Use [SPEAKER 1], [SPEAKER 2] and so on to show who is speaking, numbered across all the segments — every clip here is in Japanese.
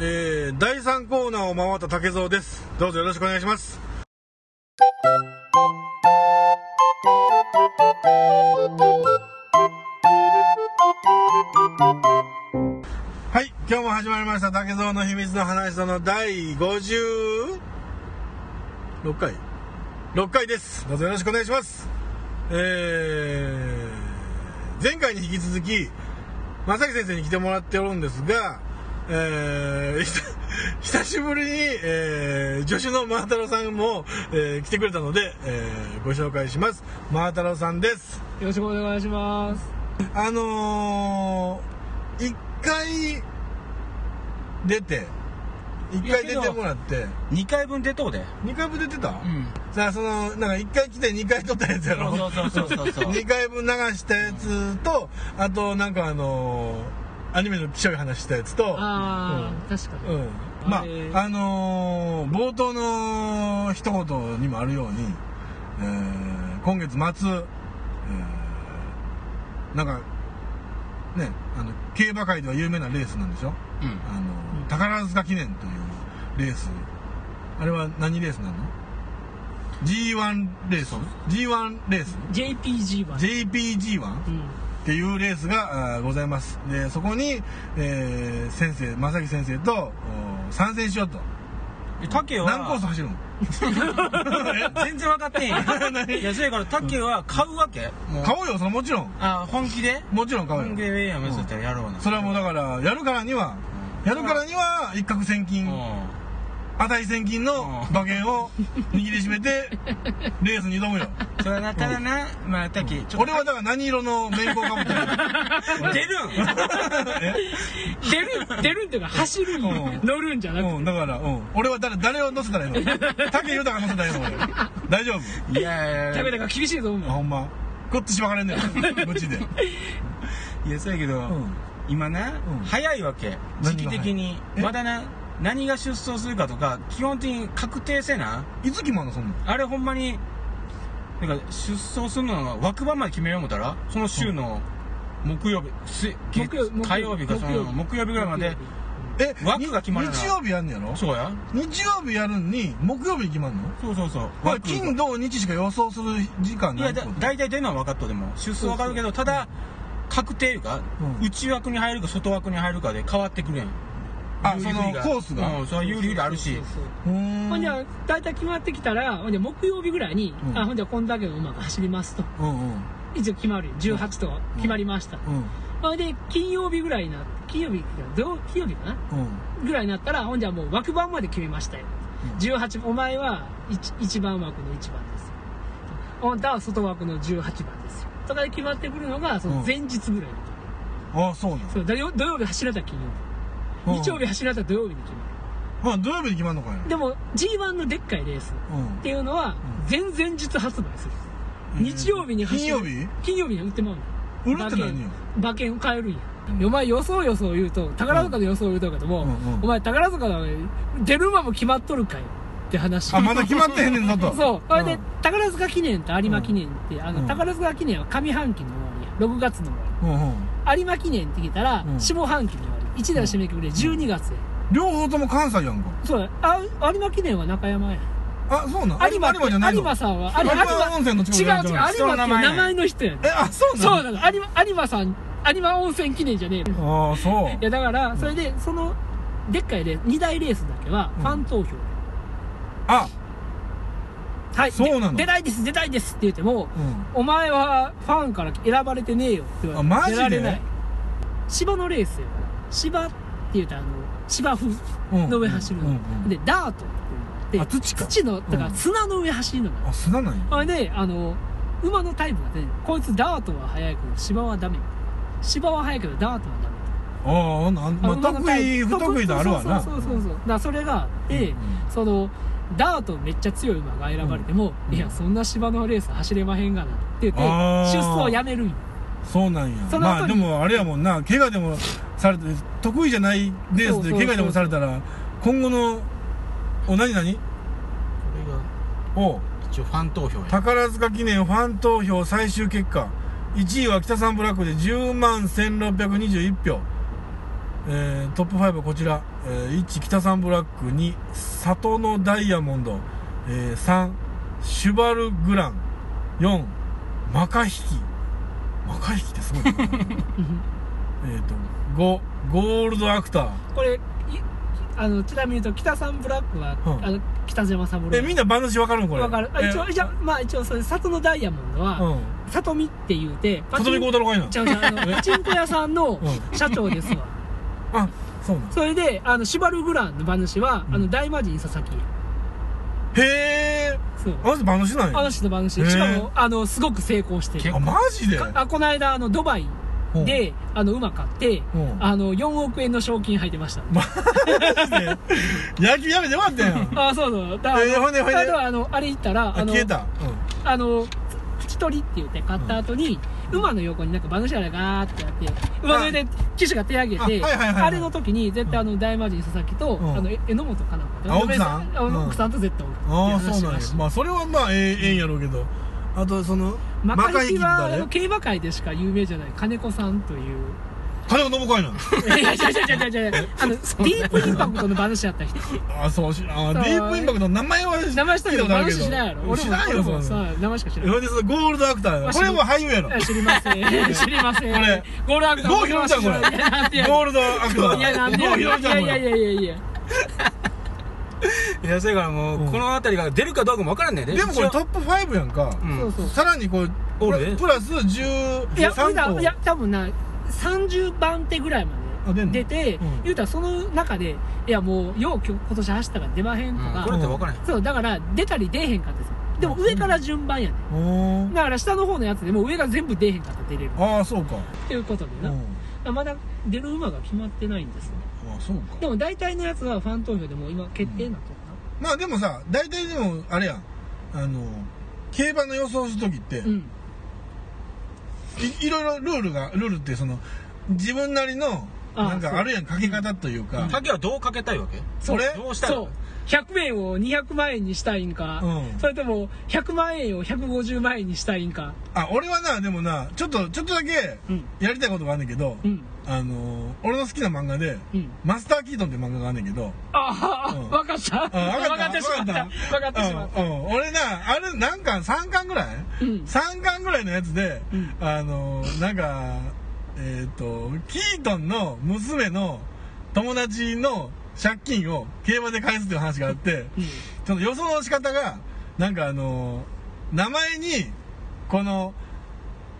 [SPEAKER 1] えー、第3コーナーを回った竹蔵です。どうぞよろしくお願いします。はい、今日も始まりました竹蔵の秘密の話その第56回 ?6 回です。どうぞよろしくお願いします。えー、前回に引き続き、正木先生に来てもらっておるんですが、えー、 ひた久しぶりに、えー、助手の真太郎さんも、えー来てくれたので、えーご紹介します。真太郎さんです。
[SPEAKER 2] よろしくお願いします。
[SPEAKER 1] あのー、一回出て、一回出てもらって、
[SPEAKER 2] 2回分出とうで。
[SPEAKER 1] 二回分出てた、
[SPEAKER 2] うん。
[SPEAKER 1] さあ、その、なんか一回来て二回撮ったやつやろ。
[SPEAKER 2] そうそうそうそうそう
[SPEAKER 1] 二回分流したやつと、あと、なんかあのーアニメの気象い話したやつと、
[SPEAKER 2] ああ、確か
[SPEAKER 1] う
[SPEAKER 2] に。
[SPEAKER 1] ん。ま
[SPEAKER 2] あれ
[SPEAKER 1] あ、あのー冒頭の一言にもあるように、えー今月末、えーなんか、ね、あの、競馬界では有名なレースなんでしょ
[SPEAKER 2] うん
[SPEAKER 1] あの、宝塚記念というレース。あれは何レースなの ?G1 レース ?G1 レース
[SPEAKER 2] JPG 版。
[SPEAKER 1] ?JPG1?
[SPEAKER 2] うん。
[SPEAKER 1] っていうレースがあーございますでそこに、えー先生正木先生とお参戦しようと
[SPEAKER 3] えタケは
[SPEAKER 1] 何コース走るの
[SPEAKER 3] 全然分かってへんやんいやそやからタケは買うわけもう
[SPEAKER 1] 買おうよそれもちろん
[SPEAKER 3] あ本気で
[SPEAKER 1] もちろん買お
[SPEAKER 3] 本
[SPEAKER 1] う
[SPEAKER 3] 気
[SPEAKER 1] よ
[SPEAKER 3] でウェイヤー目指したらやろうな
[SPEAKER 1] それはもうだからやるからにはやるからには一攫千
[SPEAKER 3] う
[SPEAKER 1] 金
[SPEAKER 3] ん
[SPEAKER 1] 値千金の
[SPEAKER 3] うん
[SPEAKER 1] 馬券を握りしめ てレースに挑むよ
[SPEAKER 3] それはなただなまあタケちょっ
[SPEAKER 1] 俺はだから何色の面孔かぶって る
[SPEAKER 3] と出るん
[SPEAKER 2] 出る、出るっていうか、走る
[SPEAKER 1] うん
[SPEAKER 2] に乗るんじゃなくて。
[SPEAKER 1] うんだから、うん、俺は誰誰を乗せたらいいの武豊乗せたらいいの俺大丈夫
[SPEAKER 3] いやいや
[SPEAKER 2] 食べ
[SPEAKER 3] い
[SPEAKER 2] たから厳しいと思う
[SPEAKER 1] あほ
[SPEAKER 2] もん。
[SPEAKER 1] んまこっちしばか れんねん無知で
[SPEAKER 3] やそうやけど
[SPEAKER 1] うん
[SPEAKER 3] 今な
[SPEAKER 1] うん
[SPEAKER 3] 早いわけ時期的に
[SPEAKER 1] え
[SPEAKER 3] まだな何が出走するかとか基本的に確定せない
[SPEAKER 1] つ決まんのそんなん
[SPEAKER 3] あれほんまになんか出走するのが枠番まで決めよう思ったらその週の木曜日水
[SPEAKER 2] 木曜日
[SPEAKER 3] 火曜日かその木曜日ぐらいまで
[SPEAKER 1] え
[SPEAKER 3] 枠が決まらない
[SPEAKER 1] 日曜日やんねやろ
[SPEAKER 3] そうや
[SPEAKER 1] 日曜日やるんに木曜日決まんの
[SPEAKER 3] そうそうそう
[SPEAKER 1] これ金土日しか予想する時間
[SPEAKER 3] い
[SPEAKER 1] ない
[SPEAKER 3] や
[SPEAKER 1] って
[SPEAKER 3] だ
[SPEAKER 1] こと
[SPEAKER 3] 大体出るのは分かっとうでも出走分かるけどただ確定いうか、
[SPEAKER 1] うん
[SPEAKER 3] 内枠に入るか外枠に入るかで変わってくるやん
[SPEAKER 1] あ
[SPEAKER 3] 有
[SPEAKER 1] そ
[SPEAKER 3] 利不
[SPEAKER 1] の
[SPEAKER 3] 利が
[SPEAKER 1] コースが
[SPEAKER 3] うんそれは有利不利あるし
[SPEAKER 2] そうそうそう
[SPEAKER 1] うーん
[SPEAKER 2] ほんじゃ、大体決まってきたら、ほんじゃ、木曜日ぐらいに
[SPEAKER 1] う、ん
[SPEAKER 2] あ、ほんじゃ、こんだけの馬が走りますと。
[SPEAKER 1] うんうん
[SPEAKER 2] 一応決まるよ。18とか決まりました。
[SPEAKER 1] うん
[SPEAKER 2] ほんで、金曜日ぐらいにな、金曜日か、どう金曜日かな
[SPEAKER 1] うん
[SPEAKER 2] ぐらいになったら、ほんじゃもう枠番まで決めましたよ。18、お前は 1, 番枠の1番ですよ。あんたは外枠の18番ですよ。とかで決まってくるのが、その前日ぐらいに、
[SPEAKER 1] あそうな
[SPEAKER 2] そう土曜土曜日走られた金曜日、
[SPEAKER 1] の
[SPEAKER 2] 日曜日走られた土曜日に決ま
[SPEAKER 1] まあ土曜日に決まんのかよ
[SPEAKER 2] る。でも、G1 のでっかいレースっ
[SPEAKER 1] うん
[SPEAKER 2] ていうのは、前々日発売する。日曜日に走る。
[SPEAKER 1] 金曜
[SPEAKER 2] 金曜日に売ってまうの。
[SPEAKER 1] 売るって何よ
[SPEAKER 2] 馬券を買えるんや、お前予想予想言うと宝塚の予想言うとるけども、
[SPEAKER 1] うんうんうん
[SPEAKER 2] お前宝塚の出る馬も決まっとるかいって話
[SPEAKER 1] あまだ決まってへんねんぞと
[SPEAKER 2] そうそれで、
[SPEAKER 1] うん
[SPEAKER 2] 宝塚記念と有馬記念って、あ
[SPEAKER 1] う
[SPEAKER 2] の
[SPEAKER 1] ん
[SPEAKER 2] 宝塚記念は上半期の終わりや6月の終わ
[SPEAKER 1] うんうん
[SPEAKER 2] り有馬記念って聞いたら、
[SPEAKER 1] うん
[SPEAKER 2] 下半期の終わり一台締め切りで12月や、
[SPEAKER 1] 両方とも関西やんか
[SPEAKER 2] そうやあ有馬記念は中山や
[SPEAKER 1] あそうなん
[SPEAKER 2] 有馬って
[SPEAKER 1] 有馬じゃない
[SPEAKER 2] 有
[SPEAKER 1] の
[SPEAKER 2] 馬さんは有
[SPEAKER 1] 有
[SPEAKER 2] 馬
[SPEAKER 1] 馬温泉の近く
[SPEAKER 2] 違う違う有馬って
[SPEAKER 1] じゃ
[SPEAKER 2] い
[SPEAKER 1] ない
[SPEAKER 2] う
[SPEAKER 3] 人の名前や
[SPEAKER 2] 名前の人やね
[SPEAKER 1] えあそうなの
[SPEAKER 2] そうなの有馬有馬さん有馬温泉記念じゃねえの
[SPEAKER 1] ああそう
[SPEAKER 2] いやだからそれでそのでっかいレース2大レースだけは
[SPEAKER 1] うん
[SPEAKER 2] ファン投票、
[SPEAKER 1] あ
[SPEAKER 2] はい
[SPEAKER 1] そうなの
[SPEAKER 2] で出たいです出たいですって言っても
[SPEAKER 1] うん
[SPEAKER 2] お前はファンから選ばれてねえよって言われて
[SPEAKER 1] あマジで
[SPEAKER 2] 出られない芝のレースやから芝って言うとあの芝生
[SPEAKER 1] うん
[SPEAKER 2] の上走るの、
[SPEAKER 1] うんうん
[SPEAKER 2] でダートっていう
[SPEAKER 1] あ
[SPEAKER 2] のがあって
[SPEAKER 1] 土か
[SPEAKER 2] のだから
[SPEAKER 1] うん
[SPEAKER 2] 砂の上走るのがある
[SPEAKER 1] あ砂なんや
[SPEAKER 2] あれであの馬のタイプが出てこいつダートは速いけど芝はダメ芝は速いけどダートはダメ
[SPEAKER 1] ああなんまあ得意不得意であるわな
[SPEAKER 2] そうそうそうそうだからそれがあって、
[SPEAKER 1] うん
[SPEAKER 2] そのダートめっちゃ強い馬が選ばれても、
[SPEAKER 1] うん
[SPEAKER 2] いやそんな芝のレース走れまへんがなって言って出
[SPEAKER 1] あー
[SPEAKER 2] 走をやめるんよ
[SPEAKER 1] そうなんや
[SPEAKER 2] その後に
[SPEAKER 1] まあでもあれやもんな怪我でもされて得意じゃないレースで怪我でもされたら今後のお何何
[SPEAKER 3] れが
[SPEAKER 1] お
[SPEAKER 3] 一応ファン投票や
[SPEAKER 1] 宝塚記念ファン投票最終結果1位は北三ブラックで10万1621票えートップ5はこちら、えー1北三ブラック2里のダイヤモンド、えー3シュバルグラン4マカヒキマカヒキってすごいなえっと5ゴールドアクター
[SPEAKER 2] これいあのちなみに言うと北さんブラックは、
[SPEAKER 1] うん
[SPEAKER 2] あの北島さんブラ
[SPEAKER 1] え
[SPEAKER 2] ック
[SPEAKER 1] みんな馬主わかるのこれ
[SPEAKER 2] わかるあ
[SPEAKER 1] え
[SPEAKER 2] 一応じゃあまあ一応それ里のダイヤモンドは、
[SPEAKER 1] うん
[SPEAKER 2] 里見って言うてパ
[SPEAKER 1] 里見
[SPEAKER 2] ち
[SPEAKER 1] 孝太郎がいいな
[SPEAKER 2] ゃうちゃう あのパチンコ屋さんの
[SPEAKER 1] う
[SPEAKER 2] 社長です わ、
[SPEAKER 1] あそうなん
[SPEAKER 2] それであのシュバルグランの馬主は、
[SPEAKER 1] うん
[SPEAKER 2] あの大魔神佐々木
[SPEAKER 1] へえ
[SPEAKER 2] そう
[SPEAKER 1] あの人馬主なん
[SPEAKER 2] あの
[SPEAKER 1] や
[SPEAKER 2] 人の馬主
[SPEAKER 1] へー
[SPEAKER 2] しかもあのすごく成功してる
[SPEAKER 1] あマジで
[SPEAKER 2] かあこの間あのドバイ
[SPEAKER 1] うん
[SPEAKER 2] であの馬買って
[SPEAKER 1] うん
[SPEAKER 2] あの4億円の賞金入ってました
[SPEAKER 1] 野球やめてよかったやん
[SPEAKER 2] あそうそうだ
[SPEAKER 1] えーほんでほんで
[SPEAKER 2] だからあのあれ行ったら
[SPEAKER 1] あ
[SPEAKER 2] あの
[SPEAKER 1] 消えた
[SPEAKER 2] あの口取りって言って買った後に、馬の横になんか馬主がガーってやって馬の上で騎手が手上げて
[SPEAKER 1] あ
[SPEAKER 2] あ,、
[SPEAKER 1] はいはいはいはい
[SPEAKER 2] れの時に絶対あの大魔神佐々木と、
[SPEAKER 1] うん
[SPEAKER 2] あのえ榎本かな
[SPEAKER 1] あ奥さん
[SPEAKER 2] あ
[SPEAKER 1] うん
[SPEAKER 2] 奥さんと絶対おるって
[SPEAKER 1] う
[SPEAKER 2] い
[SPEAKER 1] んああそ
[SPEAKER 2] 話
[SPEAKER 1] うなんや
[SPEAKER 2] をし
[SPEAKER 1] まあそれはまあええええんやろうけどあとその
[SPEAKER 2] ま
[SPEAKER 1] マ
[SPEAKER 2] マ
[SPEAKER 1] カ
[SPEAKER 2] カ
[SPEAKER 1] ヒ
[SPEAKER 2] ヒ
[SPEAKER 1] キ
[SPEAKER 2] キ
[SPEAKER 1] って
[SPEAKER 2] はあの
[SPEAKER 1] 誰
[SPEAKER 2] 競馬界でしか有名じゃない金子さんという
[SPEAKER 1] 金子信子やない
[SPEAKER 2] やいやいやいやいやいやあのディープインパクトの馬主やった人
[SPEAKER 1] あそうしあ
[SPEAKER 2] そう
[SPEAKER 1] ディープインパクトの名前は
[SPEAKER 2] 名前したけど馬主
[SPEAKER 1] 聞
[SPEAKER 2] しないや
[SPEAKER 1] た
[SPEAKER 2] ろ
[SPEAKER 1] ことあるけど知らん
[SPEAKER 2] 俺
[SPEAKER 1] よそ
[SPEAKER 2] も俺も
[SPEAKER 1] ん
[SPEAKER 2] さ
[SPEAKER 1] な
[SPEAKER 2] 名前しか知ら
[SPEAKER 1] の
[SPEAKER 2] な
[SPEAKER 1] ほん
[SPEAKER 2] い
[SPEAKER 1] でそのゴールドアクター
[SPEAKER 2] わし
[SPEAKER 1] これも俳優やろ
[SPEAKER 2] いや知りませ ん知りません
[SPEAKER 1] これ
[SPEAKER 2] ゴールアウト
[SPEAKER 1] 郷ひろみちゃんこれ
[SPEAKER 2] いやなんでやねん
[SPEAKER 1] ゴールドアクター
[SPEAKER 2] いや、なんで
[SPEAKER 1] 郷
[SPEAKER 2] や
[SPEAKER 1] ひ
[SPEAKER 2] ね
[SPEAKER 1] ろみ
[SPEAKER 2] ん。い
[SPEAKER 1] ちゃ
[SPEAKER 2] や
[SPEAKER 1] ん
[SPEAKER 2] い
[SPEAKER 1] もや
[SPEAKER 2] やいやいやいや。
[SPEAKER 3] いや、せやからもう、
[SPEAKER 1] うん
[SPEAKER 3] この辺りが出るかどうかもわからんねんね。
[SPEAKER 1] でもこれ
[SPEAKER 3] 一
[SPEAKER 1] ト
[SPEAKER 3] 応
[SPEAKER 1] ップ5やんか
[SPEAKER 3] うん
[SPEAKER 2] そうそう。
[SPEAKER 1] さらにこう
[SPEAKER 3] お
[SPEAKER 1] プ
[SPEAKER 3] る
[SPEAKER 1] ラ
[SPEAKER 3] で
[SPEAKER 1] プラス
[SPEAKER 2] いや、普
[SPEAKER 1] 13
[SPEAKER 2] 段
[SPEAKER 1] 個
[SPEAKER 2] いや、多分な、30番手ぐらいま
[SPEAKER 1] あ出んの
[SPEAKER 2] で出て
[SPEAKER 1] うん、
[SPEAKER 2] 言うたらその中で、いやもう、よう今日今年走ったから出まへんと
[SPEAKER 3] うんこれ
[SPEAKER 2] か
[SPEAKER 3] っ、てわからん。
[SPEAKER 2] そう、だから出たり出えへんかったですでも上から順番やね
[SPEAKER 1] おー
[SPEAKER 2] だから下の方のやつでもう上が全部出えへんかったら出れる。
[SPEAKER 1] ああそうか
[SPEAKER 2] っていうことで
[SPEAKER 1] うん
[SPEAKER 2] な。まだ出る馬が決まってないんですね。
[SPEAKER 1] ああそうか
[SPEAKER 2] でも大体のやつはファン投票でもう今決定になってるな。
[SPEAKER 1] まあでもさ大体でもあれやんあの競馬の予想する時って、
[SPEAKER 2] うん。
[SPEAKER 1] いいろいろルールがルールってその自分なりの
[SPEAKER 2] あ
[SPEAKER 1] なんかあるやんかけ方というか
[SPEAKER 3] 鍵はどうかけたいわけ
[SPEAKER 1] それ
[SPEAKER 3] どうしたい
[SPEAKER 2] そう
[SPEAKER 3] の
[SPEAKER 2] 100円を200万円にしたいんか、
[SPEAKER 1] うん
[SPEAKER 2] それとも100万円を150万円にしたいんか
[SPEAKER 1] あ俺はなでもなちょっとちょっとだけ
[SPEAKER 2] うん
[SPEAKER 1] やりたいことがあんねんけど、
[SPEAKER 2] うん
[SPEAKER 1] あの俺の好きな漫画で、
[SPEAKER 2] うん
[SPEAKER 1] マスター・キートンって漫画があんねんけど
[SPEAKER 2] ああ、
[SPEAKER 1] うん
[SPEAKER 2] 分かった
[SPEAKER 1] うんわ
[SPEAKER 2] 分かってしまった
[SPEAKER 1] わ
[SPEAKER 2] 分かってしまった、
[SPEAKER 1] うんうん俺なあれなんか3巻ぐらい、
[SPEAKER 2] うん
[SPEAKER 1] 三3巻ぐらいのやつで、
[SPEAKER 2] うん
[SPEAKER 1] あのなんかえっ、とキートンの娘の友達の借金を競馬で返すっていう話があって、
[SPEAKER 2] うん
[SPEAKER 1] その予想の仕方がなんかあの名前にこの